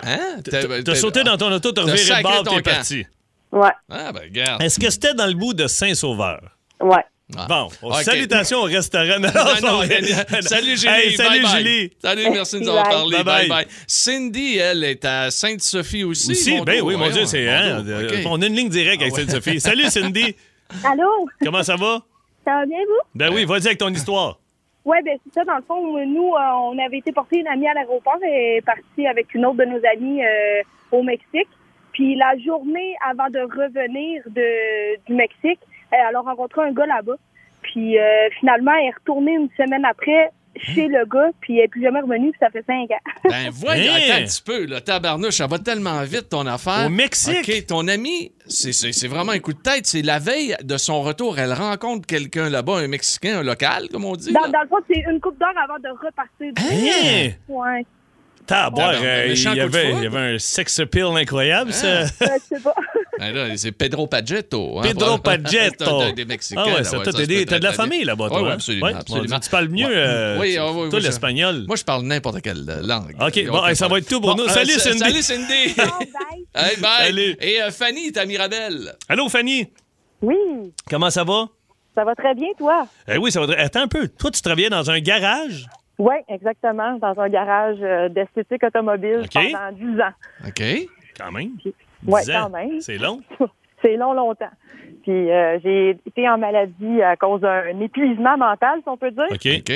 B: Hein?
C: T'as t'as sauté dans ton auto, t'as reviré le
B: sacré
C: bord,
B: ton
C: t'es
B: camp.
C: parti.
G: Ouais,
B: Ah, ben, regarde.
C: Est-ce que c'était dans le bout de Saint-Sauveur?
G: ouais.
B: Ah.
C: Bon,
B: OK.
C: salutations au restaurant. Non,
B: Non,
C: non,
B: non,
C: non.
B: salut Julie.
C: Hey, salut
B: bye bye.
C: Julie.
B: Salut, merci de nous avoir
G: Bye.
B: parlé. Bye
C: Bye
B: bye.
C: bye.
B: Cindy, elle, est à Sainte-Sophie aussi.
C: Aussi,
B: mon
C: ben
B: dos,
C: oui, mon
B: voyons,
C: Dieu, c'est.
B: mon
C: hein,
B: dos,
C: euh,
B: OK. Ah
C: On a une ligne directe avec Sainte-Sophie. Salut Cindy,
I: Allô?
C: comment ça va?
I: Ça va bien, vous?
C: Ben
B: Euh,
C: oui, vas-y avec ton histoire.
I: Oui, ben c'est ça. Dans le fond, nous, euh, on avait été porter une amie à l'aéroport et partie avec une autre de nos amies euh, au Mexique. Puis la journée avant de revenir de, du Mexique, euh, elle a rencontré un gars là-bas. Puis euh, finalement, elle est retournée une semaine après chez le gars, puis elle est plus jamais revenue, puis ça fait cinq ans.
B: Ben voyons,
C: Hein?
B: attends un petit peu, là, tabarnouche, ça va tellement vite ton affaire.
C: Au Mexique.
B: ah, OK, ton ami, c'est- c'est c'est vraiment un coup de tête. C'est la veille de son retour, elle rencontre quelqu'un là-bas, un Mexicain, un local, comme on dit.
I: Dans,
B: là.
I: dans le fond, c'est une coupe d'heure avant de repartir du
C: Hein?
I: ouais.
C: Tabar,
B: Ah, ben,
C: euh, il, y
B: méchant coup de
C: avait,
B: foudre. Ah,
C: il y avait un sex appeal incroyable, ça.
I: Ouais, je sais pas.
B: Ben là, c'est Pedro Pagetto. hein,
C: Pedro
B: probablement.
C: Pagetto.
B: C'est un des- des Mexicains.
C: Ah ouais,
B: là,
C: ça
B: ouais,
C: t'a
B: ça se
C: aidé.
B: peut
C: T'as de la
B: très bien.
C: famille là-bas, toi.
B: Ouais, ouais,
C: hein?
B: absolument,
C: Ouais,
B: absolument.
C: Tu parles mieux.
B: Ouais.
C: euh,
B: Oui,
C: tu-
B: ah oui,
C: toi,
B: oui, ça-
C: l'espagnol.
B: Moi, je parle n'importe quelle euh, langue.
C: OK,
B: Et on
C: bon,
B: fait
C: hey, ça
B: pas.
C: va être tout pour nous. Salut,
B: sa-
C: Cindy.
B: euh, Salut, Cindy.
I: Bon, bye.
B: hey, bye.
C: Salut.
B: Et euh, Fanny, ta Mirabelle.
C: Allô, Fanny.
I: Oui,
C: Comment ça va?
I: ça va très bien, toi?
C: Eh oui, ça va. Attends un peu. Toi, tu travaillais dans un garage?
I: Oui, exactement, dans un garage euh, d'esthétique automobile
C: OK.
I: pendant 10 ans.
B: OK.
C: Quand même.
I: Ouais,
C: Dix ans.
I: quand même.
C: C'est long.
I: C'est long, longtemps. Puis euh, j'ai été en maladie à cause d'un épuisement mental, si on peut dire.
C: OK.
B: OK.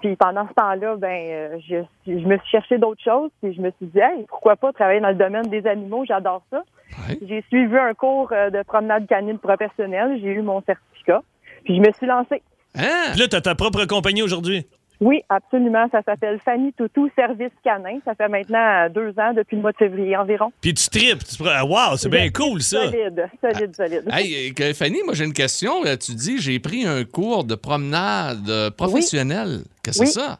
I: Puis pendant ce temps-là, ben euh, je, suis- je me suis cherché d'autres choses. Puis je me suis dit, hey, pourquoi pas travailler dans le domaine des animaux, j'adore ça.
B: Ouais.
I: J'ai suivi un cours euh, de promenade canine professionnelle, j'ai eu mon certificat. Puis je me suis lancée.
B: Hein?
C: Puis là, t'as ta propre compagnie aujourd'hui.
I: Oui, absolument. Ça s'appelle Fanny Toutou Service Canin. Ça fait maintenant euh, deux ans, depuis le mois de février environ.
C: Puis tu tripes. Tu... prends- Ah, Wow, c'est bien cool, ça.
I: Solide, solide, solide.
B: Hey, euh, que- Fanny, moi j'ai une question. Euh, Tu dis j'ai pris un cours de promenade euh, professionnelle. Qu'est-ce que c'est ça?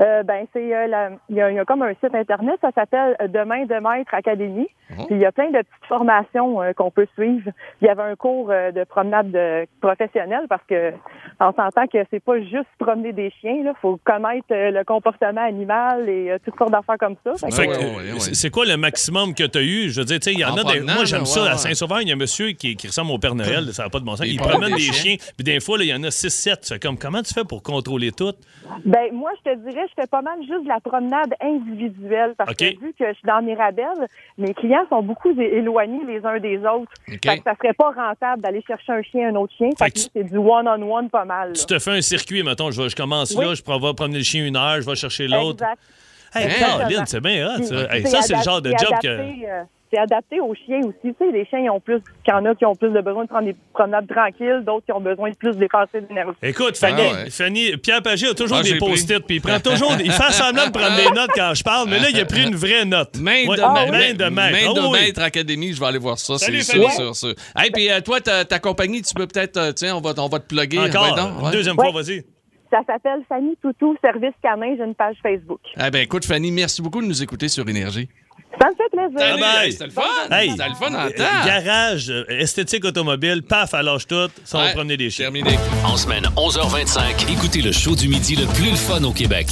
I: Euh, ben, c'est euh, la- il y, a- il y a comme un site internet, ça s'appelle euh, Demain de Maître Académie.
B: Oh.
I: Puis il y a plein de petites formations euh, qu'on peut suivre. Il y avait un cours euh, de promenade de- professionnelle parce que on s'entend que c'est pas juste promener des chiens, là, faut connaître euh, le comportement animal et euh, toutes sortes d'affaires comme ça. Fait que-
C: Fait que,
B: Ah Ouais, ouais, ouais,
C: euh,
B: ouais.
C: c'est- C'est quoi le maximum que tu as eu? Je veux dire, tu sais, il y en,
B: En
C: a des.
B: promenant,
C: Moi,
B: là,
C: j'aime ça.
B: ouais, ouais.
C: À Saint-Sauveur, il y a un monsieur qui, qui ressemble au Père Noël, ça n'a pas de bon sens.
B: Il
C: Il,
B: promène
C: promène
B: des
C: des chiens, puis des fois, là, il y en a 6-7. C'est comme, comment tu fais pour contrôler tout?
I: Ben, moi, je te dirais, je fais pas mal juste de la promenade individuelle parce
C: OK.
I: que vu que je suis dans Mirabel, mes clients sont beaucoup é- éloignés les uns des autres. Fait que ça serait pas rentable d'aller chercher un chien, un autre chien.
C: Fait
I: Fait,
C: que
I: que
C: tu-
I: nous, c'est du one-on-one pas mal. là.
C: Tu te fais un circuit, mettons, je, vais- je commence là,
I: Oui.
C: je prends- vais promener le chien une heure, je vais chercher l'autre.
I: Exact.
C: Hey,
B: Exactement.
C: Caroline, c'est bien hot, ça. Hey,
I: Puis
C: ça, c'est le
I: adap-
C: genre de
I: c'est
C: job que.
I: adapté, euh, C'est adapté aux chiens aussi. Tu sais, les chiens, ils ont plus, qu'il y en a qui ont plus de besoin de prendre des promenades tranquilles, d'autres qui ont besoin de plus dépenser d'énergie.
C: Écoute, Fanny,
B: Ah ouais.
C: Fanny, Pierre Pagé a toujours
B: Ah, j'ai
C: des post-it,
B: pris. Ah.
C: puis il prend toujours. des- il fait semblant de prendre des notes quand je parle, mais là, il a pris une vraie note.
B: Main de,
C: Ouais,
B: ma-
C: main de maître.
B: Main de
C: Ah oui.
B: maître Académie, je vais aller voir ça. C'est
C: Salut,
B: sûr,
C: Fanny.
B: sûr, sûr. Hey, puis euh, toi, ta, ta compagnie, tu peux peut-être. euh, tiens, on va, on va te plugger.
C: Encore.
B: Ouais, donc, ouais.
C: Une Deuxième
I: Ouais.
C: fois, vas-y.
I: Ça s'appelle Fanny Toutou Service Canin. J'ai une page Facebook.
B: Eh ben, écoute, Fanny, merci beaucoup de nous écouter sur Énergie.
I: Ça me fait plaisir.
B: Allez,
C: bye.
B: hey, C'était le fun!
C: Hey,
B: C'était le fun en
C: euh,
B: temps!
C: Garage, euh, esthétique automobile, paf, à lâche tout, ça va
B: Ouais,
C: promener des chiens.
B: Terminé.
A: En semaine 11h25, écoutez le show du midi le plus le fun au Québec.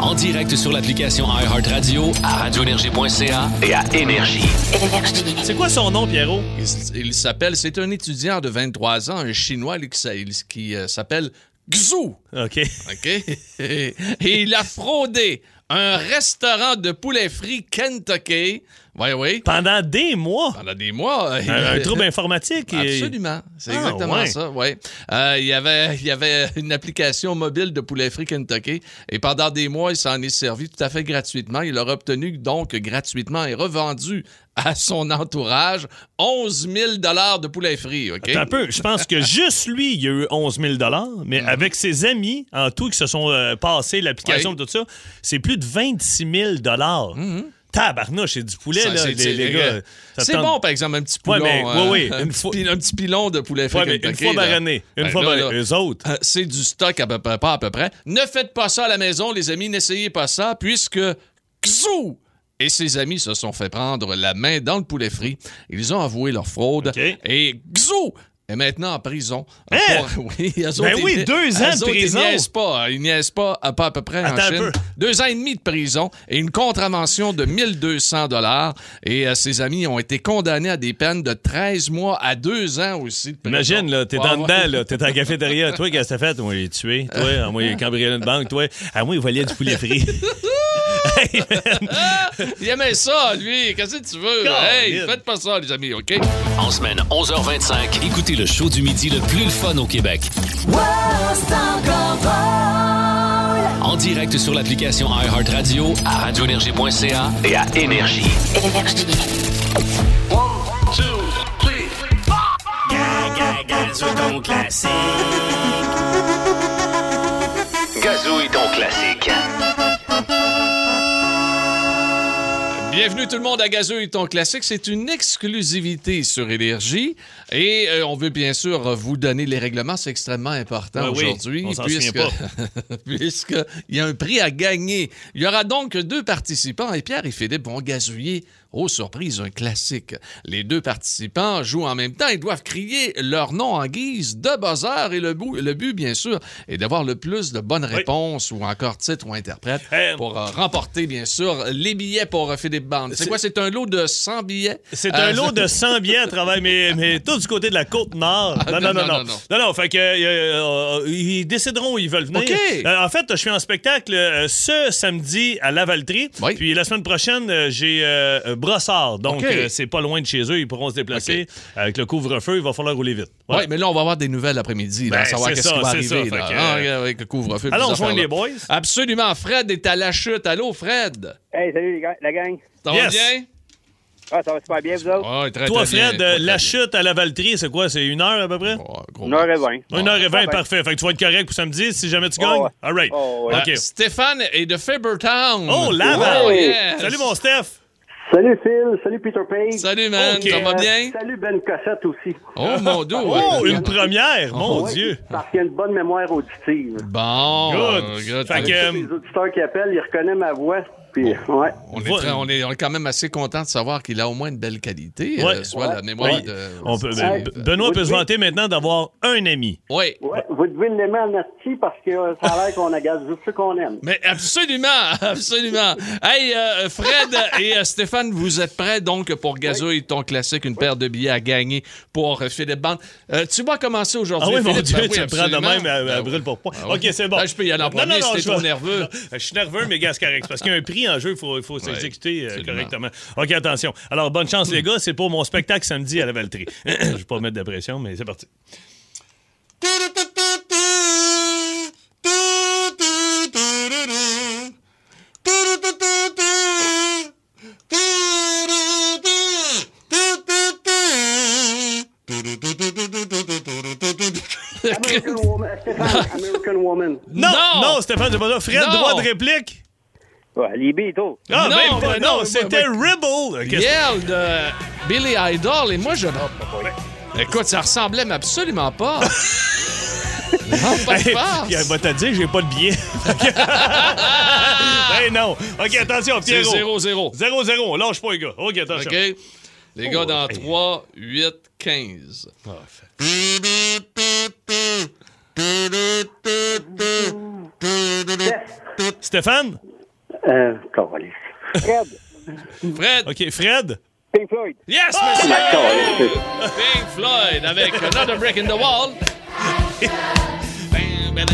A: En direct sur l'application iHeartRadio, à radioénergie.ca et à Énergie.
F: Énergie.
C: C'est quoi son nom, Pierrot?
B: Il, s- il s'appelle, c'est un étudiant de 23 ans, un Chinois lui, qui, s'a- il- qui, euh, s'appelle Xu.
C: OK.
B: OK? Et il a fraudé un restaurant de poulet frit Kentucky. Oui, oui.
C: Pendant des mois,
B: Pendant des mois. euh, il-
C: un, un trouble informatique. et-
B: Absolument. C'est
C: Ah,
B: exactement
C: ouais.
B: ça, oui. Euh, il, y avait, il y avait une application mobile de poulet frit Kentucky et pendant des mois, il s'en est servi tout à fait gratuitement. Il l'a obtenu donc gratuitement et revendu à son entourage 11 000 de poulet frit, OK?
C: Attends Un peu, je pense que juste lui, il a eu 11 000 mais
B: Mhm.
C: avec ses amis, en tout, qui se sont euh, passés l'application
B: Oui. Mhm.
C: et tout ça, c'est plus de 26 000 Tabarnouche, c'est du poulet,
B: Ça,
C: là,
B: c'est-
C: les, les
B: c'est-
C: gars. Ça
B: C'est
C: tente-
B: bon, par exemple, un petit
C: Ouais,
B: poulon.
C: mais-
B: euh,
C: ouais, ouais,
B: un,
C: une
B: petit
C: fois-
B: pil- un petit pilon de poulet frit
C: Ouais, mais une
B: Kentucky,
C: fois par
B: là.
C: année. Une
B: Ben
C: fois
B: là,
C: par
B: là,
C: Eux autres.
B: Euh, c'est du stock à peu près, pas à peu près. Ne faites pas ça à la maison, les amis, n'essayez pas ça, puisque Xou et ses amis se sont fait prendre la main dans le poulet frit. Ils ont avoué leur fraude
C: OK.
B: et Xou est maintenant en prison. Euh,
C: Hein?
B: Pour- Oui, eux
C: Ben
B: autres,
C: oui,
B: ils-
C: deux
B: eux
C: ans de
B: autres,
C: prison.
B: Ils niaisent pas, hein. ils niaisent pas, à pas à peu près
C: Attends
B: en
C: un
B: Chine.
C: peu.
B: Deux ans et demi de prison et une contravention de 1200 dollars. Et euh, ses amis ont été condamnés à des peines de 13 mois à deux ans aussi. de prison.
C: Imagine, là, t'es
B: Ben, Ouais,
C: dans
B: ouais.
C: dedans, là, t'es à la cafétéria. Toi, qu'est-ce que t'as fait? Moi, il est tué. Toi, ah, moi, il a cambriolé une banque. Toi, à moi, il volait du poulet frit. Hey, man.
B: Il aimait ça, lui. Qu'est-ce que tu veux? Hey,
C: Colin.
B: faites pas ça, les amis, OK?
A: En semaine 11h25, écoutez le show du midi le plus le fun au Québec. En direct sur l'application iHeartRadio, à radioénergie.ca et à Énergie.
F: Énergie.
E: Gazouille ton classique.
B: Bienvenue tout le monde à Gazeux et ton classique. C'est une exclusivité sur Énergie. Et euh, on veut bien sûr vous donner les règlements. C'est extrêmement important
C: Ben oui,
B: aujourd'hui.
C: on s'en
B: puisque-
C: souvient
B: Puisqu'il y a un prix à gagner. Il y aura donc deux participants et Pierre et Philippe vont gazouiller, aux surprises, un classique. Les deux participants jouent en même temps et doivent crier leur nom en guise de buzzer. Et le, bou- le but, bien sûr, est d'avoir le plus de bonnes réponses ou encore titres ou interprètes
C: Euh,
B: pour euh, remporter, bien sûr, les billets pour euh, Philippe Bande. C'est
C: C'est-
B: quoi? C'est un lot de 100 billets?
C: C'est
B: Euh,
C: un lot de 100 billets à travers, mais, mais tout du côté de la côte nord.
B: Ah,
C: Non, non, non, non.
B: non, non.
C: Non, non, fait que euh, euh, ils décideront où ils veulent venir.
B: OK.
C: Euh, en fait, je suis en spectacle euh, ce samedi à Lavaltrie.
B: Oui.
C: Puis la semaine prochaine, euh, j'ai euh, Brossard. Donc,
B: OK.
C: euh, c'est pas loin de chez eux. Ils pourront se déplacer. Avec le couvre-feu, il va falloir rouler vite.
B: Oui,
C: Ouais.
B: mais là, on va avoir des nouvelles l'après-midi, là,
C: Ben,
B: à savoir
C: c'est
B: qu'est-ce qui
C: ça,
B: va
C: c'est
B: arriver
C: ça,
B: là,
C: fait que,
B: hein, avec le couvre-feu.
C: Allons
B: ces
C: rejoindre
B: affaires-là.
C: les boys.
B: Absolument. Fred est à la chute. Allô, Fred?
H: Hey, salut les gars, la gang.
B: Ça
C: Yes.
B: va bien?
H: Ah, ça va super bien, vous autres?
B: Oui, très,
C: Toi,
B: très bien,
C: Fred,
B: très,
C: euh,
B: très
C: la
B: bien.
C: chute à Lavaltrie, c'est quoi? C'est une heure à peu près?
B: Ouais, gros
H: Une heure et
B: max.
H: vingt.
C: Une heure et vingt,
H: Ah, ben.
C: parfait. Fait que tu vas être correct pour samedi si jamais tu
H: Oh,
C: gagnes.
H: ouais.
C: All right.
H: Oh, ouais.
B: Ah,
C: OK.
B: Stéphane est de Fabertown.
C: Oh, Laval!
B: Oh, yes.
C: Salut, mon Steph!
H: Salut Phil, salut Peter Page. Euh,
B: Salut, man.
C: OK.
B: Ça va bien?
H: Salut Ben Cossette aussi.
B: Oh, mon Dieu.
C: Oh, une première!
B: Oh,
C: Mon
H: Ouais,
C: Dieu!
H: Parce qu'il y a une bonne mémoire auditive.
B: Bon.
C: Good.
B: good.
C: Fait que, euh,
H: Les auditeurs qui appellent, ils reconnaissent ma voix. Puis,
B: Oh.
H: ouais.
B: On est,
C: Vo-
B: très- on, est, on est quand même assez content de savoir qu'il a au moins une belle qualité,
C: Ouais.
B: euh, soit la mémoire
C: oui,
B: de...
C: on peut-
H: Ouais.
C: Ben- Benoît peut se
H: Oui.
C: vanter maintenant d'avoir un ami.
B: Oui,
H: Ouais, vous devez l'aimer en asti parce que euh, ça a l'air qu'on agace juste ce qu'on aime.
B: mais absolument, absolument. Hey, euh, Fred et euh, Stéphane, vous êtes prêts donc pour Gazo et ton classique, une paire de billets à gagner pour euh, Philippe Bande. Euh, tu vas commencer
C: Ah
B: aujourd'hui,
C: oui, mon
B: Philippe.
C: Dieu,
B: Ben oui,
C: tu le prends de
B: absolument.
C: même, elle, elle
B: Ben oui.
C: brûle pour point.
B: Ah oui.
C: OK, c'est bon.
B: Ben, je peux y aller en
C: Non, non,
B: premier
C: non,
B: si
C: je
B: t'es trop
C: vais-
B: nerveux.
C: Je suis nerveux, mais gars, c'est correct. C'est Parce qu'il y a un prix en jeu, il faut, il faut s'exécuter euh,
B: absolument.
C: correctement. OK, attention. Alors, bonne chance, les gars. C'est pour mon spectacle samedi à la Valtrie. je vais pas mettre de pression, mais c'est parti.
H: American Woman, Stéphane, American Woman.
C: Non,
B: Non!
C: non, Stéphane, j'ai pas ça. Fred,
B: Non!
C: droit de réplique.
H: Ouais, les Beatles.
C: Ah,
B: Non,
C: même
B: ben
C: pas.
B: non,
C: Non,
B: ben,
C: c'était
B: ben-
C: Ribble. Qu'est-ce-
B: Yell de Billy Idol et moi je. Écoute, ça ressemblait mais absolument pas. Non, pas de
C: Hey,
B: farce.
C: puis elle va te dire, j'ai pas de billet. hey, non. OK, attention,
B: C'est
C: Pierrot.
B: 0-0.
C: 0-0. On lâche pas, les gars. OK, attention.
B: OK? Les gars, dans
C: Oh, hey.
B: 3, 8, 15.
C: Stéphane?
J: Euh, câlisse. Fred,
B: Fred,
C: OK, Fred?
J: Pink Floyd.
B: yes, monsieur!
J: Ma câlisse.
B: Pink Floyd avec Another Break in the Wall. Bam, bam,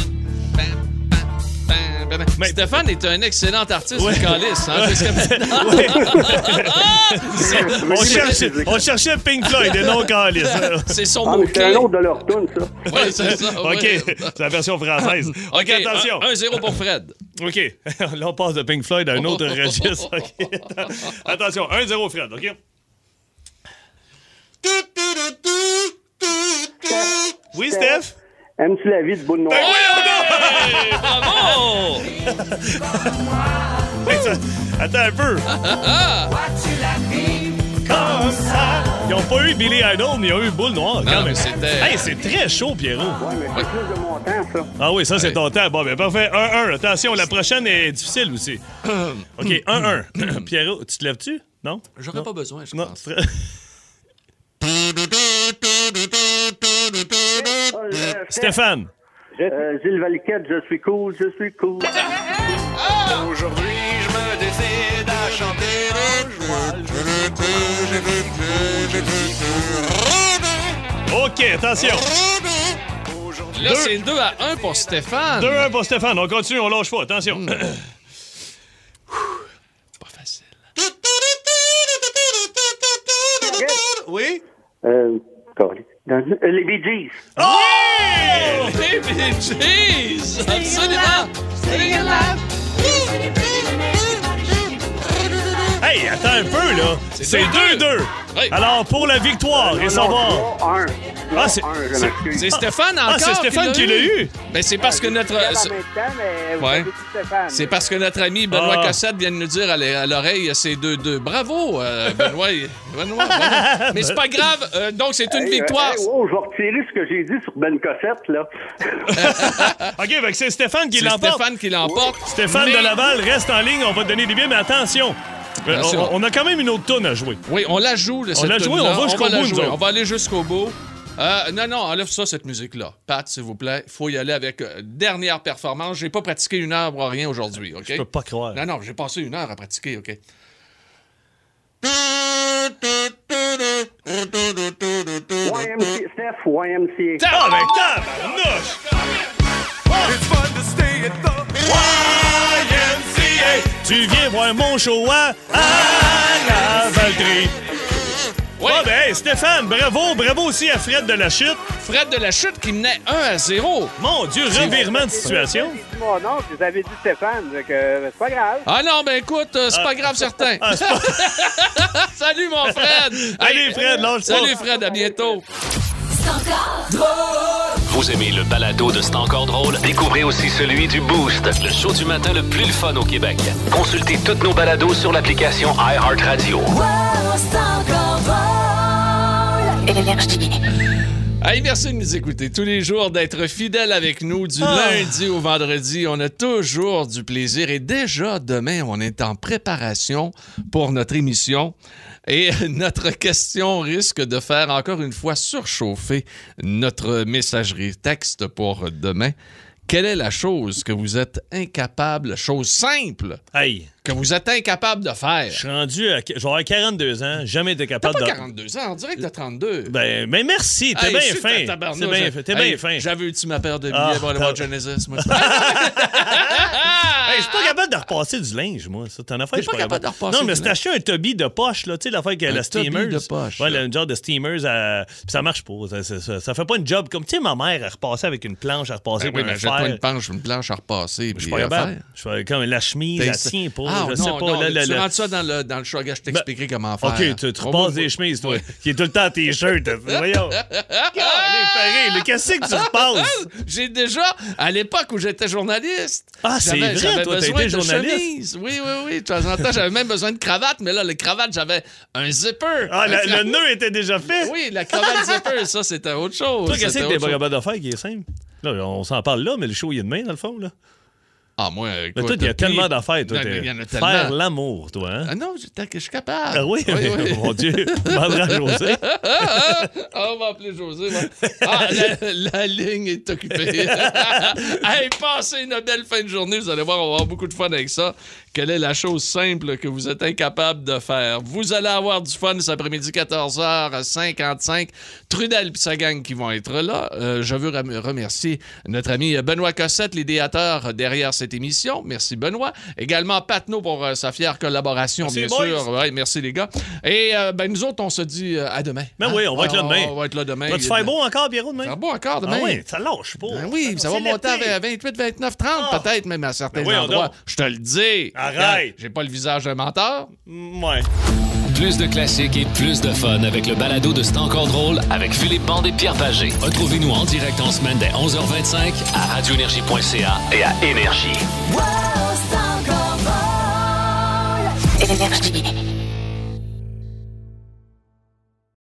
B: bam, bam, bam, bam.
C: Mais-
B: Stéphane est un excellent artiste
C: Ouais.
B: vocaliste. Hein? C'est ce que- C'est-
C: On
B: c'est-
C: cherchait, on cherchait Pink Floyd et non Calis.
B: C'est son
J: Ah, mais c'est
B: mot-clé.
J: un autre de leur tune, ça.
B: Ouais, c'est ça.
C: OK,
B: ouais.
C: c'est la version française. OK,
B: OK,
C: attention.
B: 1-0 pour Fred.
C: OK, là, on passe de Pink Floyd à un autre registre. OK. Attention, 1-0 Fred, OK? Oui, Steph?
J: Aimes-tu la vie de boule noire?
B: Hey, bravo!
C: Hey, ça- Attends un peu. Comme ça. Ils n'ont pas eu Billy Idol, mais ils ont eu Boule Noire quand
B: mais
C: même.
B: c'était-
C: Hey, c'est très chaud, Pierrot.
J: Ouais, mais c'est plus de mon temps, ça. Oh,
C: Ah oui, ça, c'est
B: Ouais.
C: ton temps. Bon, bien, parfait. 1-1. Attention, la prochaine est difficile aussi. OK, 1-1. Pierrot, tu te lèves-tu? Non?
B: J'aurais pas besoin, je
C: Non.
B: pense.
C: c'est très- Stéphane.
J: Euh, Gilles Valquette, je suis cool, je suis cool.
C: OK, attention.
B: Là, c'est 2 à 1 pour Stéphane.
C: 2-1 pour Stéphane. On continue, on lâche pas. Attention.
B: Pas facile.
C: Oui?
J: Euh, câlisse. Dans- euh, les Bee Gees.
B: Oh, baby, jeez! Absolument!
C: Hey, attends un peu, là. C'est 2-2.
B: Ouais.
C: Alors, pour la victoire, et ça va.
J: Non, un.
C: Ah, c'est-
J: Un, je
C: c'est-
J: m'excuse.
B: C'est Stéphane encore.
C: Ah, c'est Stéphane qui l'a eu.
B: Ben, c'est parce que notre.
J: Elle en même temps, mais vous
B: Ouais.
J: avez dit Stéphane.
B: C'est parce que notre ami Benoît
C: Ah.
B: Cossette vient de nous dire à l'e- à l'oreille ces deux deux. Bravo, euh, Benoît. Benoît, Benoît. Mais c'est pas grave. euh, donc, c'est une
J: Hey,
B: victoire.
J: euh, hey, wow, je vais retirer ce que j'ai dit sur Ben Cossette, là.
C: OK, fait que c'est Stéphane qui
B: C'est
C: l'emporte.
B: Stéphane qui l'emporte.
C: Stéphane
B: Mais-
C: de Laval reste en ligne. On va te donner des billets, mais attention. Euh,
B: Attention.
C: On, on a quand même une autre tonne à jouer.
B: Oui, on la joue, là, cette
C: la joue,
B: tune-là.
C: on va jusqu'au
B: la
C: bout, nous
B: jouer.
C: autres.
B: On va aller jusqu'au bout. Euh, non, non, enlève ça, cette musique-là. Pat, s'il vous plaît, faut y aller avec euh, dernière performance. J'ai pas pratiqué une heure pour rien aujourd'hui, OK?
C: Je peux pas croire.
B: Non, non, j'ai passé une heure à pratiquer, OK?
J: YMCA, Steph, YMCA.
C: Ah, ben, tabarnouche! YMCA. Tu viens voir mon show à la Valtry.
B: Ouais.
C: Ah, ben, hey, Stéphane, bravo. Bravo aussi à Fred de la Chute.
B: Fred de la Chute qui menait 1 à 0.
C: Mon Dieu, revirement de situation.
J: Dis Mon nom, je vous avais dit Stéphane, donc, euh, c'est pas grave.
B: Ah non, ben écoute, euh, c'est
C: Ah.
B: pas grave, certain. Salut, mon Fred!
C: Allez, Fred, lâche ça.
B: Salut, Fred, à bientôt.
A: Vous aimez le balado de C'est encore drôle? Découvrez aussi celui du Boost, le show du matin le plus le fun au Québec. Consultez toutes nos balados sur l'application iHeartRadio.
F: Énergie.
B: Hey, merci de nous écouter tous les jours, d'être fidèles avec nous du
C: Ah.
B: lundi au vendredi. On a toujours du plaisir et déjà demain, on est en préparation pour notre émission. Et notre question risque de faire encore une fois surchauffer notre messagerie texte pour demain. Quelle est la chose que vous êtes incapable, chose simple,
C: Hey,
B: que vous êtes incapable de
C: je
B: faire?
C: suis rendu à. J'aurais 42 ans, jamais été
B: T'as
C: capable
B: pas
C: de.
B: 42 ans, on dirait que t'as 32.
C: Ben, mais merci, t'es
B: Hey,
C: bien
B: chut, ta
C: fin.
B: tabarnouche.
C: T'es bien fin. T'es
B: Hey,
C: bien fin.
B: J'avais eu-tu ma paire de billets
C: Ah,
B: pour aller voir
C: t'as-
B: Genesis, moi?
C: Hey, je suis
B: Ah,
C: pas capable de repasser du linge, moi. C'est une affaire que je
B: T'es
C: suis
B: pas capable de repasser
C: Non, mais
B: du
C: c'est
B: linge.
C: acheté un Toby de poche, là. Tu sais, l'affaire avec la
B: Toby
C: steamer.
B: de poche,
C: Ouais,
B: là.
C: le genre de steamers. À... Puis ça marche pas. Ça, ça, ça- ça fait pas une job comme. Tu sais, ma mère, elle repassait avec une planche, elle repassait
B: Ben
C: avec
B: oui,
C: un
B: mais
C: fer.
B: jette-toi une planche, une planche à repasser.
C: Je
B: puis
C: suis pas
B: à
C: capable.
B: faire.
C: Je suis comme la chemise, elle
B: T'es-
C: tient pas.
B: Ah,
C: je
B: non,
C: sais pas.
B: non,
C: là, là,
B: tu
C: là-
B: rentres ça dans le, dans le show, regarde, je t'expliquerai comment faire.
C: OK, tu, tu
B: On
C: repasses
B: va-
C: des chemises, toi, qui est tout le temps en t-shirt. Voyons. Ah, Allez, pareil, le- qu'est-ce que tu repasses?
B: J'ai déjà, à l'époque où j'étais journaliste,
C: Ah, c'est
B: j'avais
C: vrai,
B: j'avais
C: toi, t'as
B: besoin
C: été
B: de
C: journaliste.
B: chemise. Oui, oui, oui. De temps en temps, j'avais même besoin de cravate, mais là, les cravates, j'avais un zipper.
C: Ah,
B: Un
C: la-
B: cra-
C: le nœud était déjà fait.
B: Oui, la cravate zipper, ça, c'était autre chose.
C: Toi, qu'est-ce
B: C'était
C: que t'es
B: autre
C: pas
B: chose.
C: capable de faire qui est simple? Là, on s'en parle là, mais le show, il est demain, dans le fond. Là.
B: Ah, moi,
C: Mais
B: écoute,
C: toi, il y a
B: puis-
C: tellement d'affaires. Toi,
B: Non,
C: t'es-
B: Il y en a tellement.
C: Faire l'amour, toi. Hein?
B: Ah non, je, tant que je suis capable.
C: Ah oui, mon Dieu. Demandera à José.
B: Ah, on va appeler José. va. Ah, la, la ligne est occupée. hey, passez une belle fin de journée. Vous allez voir, on va avoir beaucoup de fun avec ça. Quelle est la chose simple que vous êtes incapable de faire? Vous allez avoir du fun cet après-midi, 14h55. Trudel et sa gang qui vont être là. Euh, je veux ram- remercier notre ami Benoît Cossette, l'idéateur derrière cette émission. Merci, Benoît. Également, Patno pour euh, sa fière collaboration,
C: Merci,
B: bien
C: boys.
B: sûr. Ouais, merci, les gars. Et euh, ben, nous autres, on se dit euh, à demain.
C: Ben oui, on va
B: Ouais,
C: être là demain.
B: Ah, On va être là demain.
C: Va-tu faire beau encore, Pierrot, demain?
B: Ça va beau encore
C: Ah
B: demain.
C: oui, ça lâche pas.
B: Ben oui, ça va
C: C'est
B: monter
C: l'été.
B: à 28, 29, 30
C: Ah.
B: peut-être même à certains
C: Ben oui, on
B: endroits.
C: dort.
B: Je te le dis.
C: Arrête.
B: Regarde, J'ai pas le visage d'un menteur.
C: Ouais.
A: Plus de classiques et plus de fun avec le balado de C'est encore drôle avec Philippe Bande et Pierre Pagé. Retrouvez-nous en direct en semaine dès 11h25 à radioénergie.ca et à Énergie.
F: Wow, c'est encore drôle. Énergie.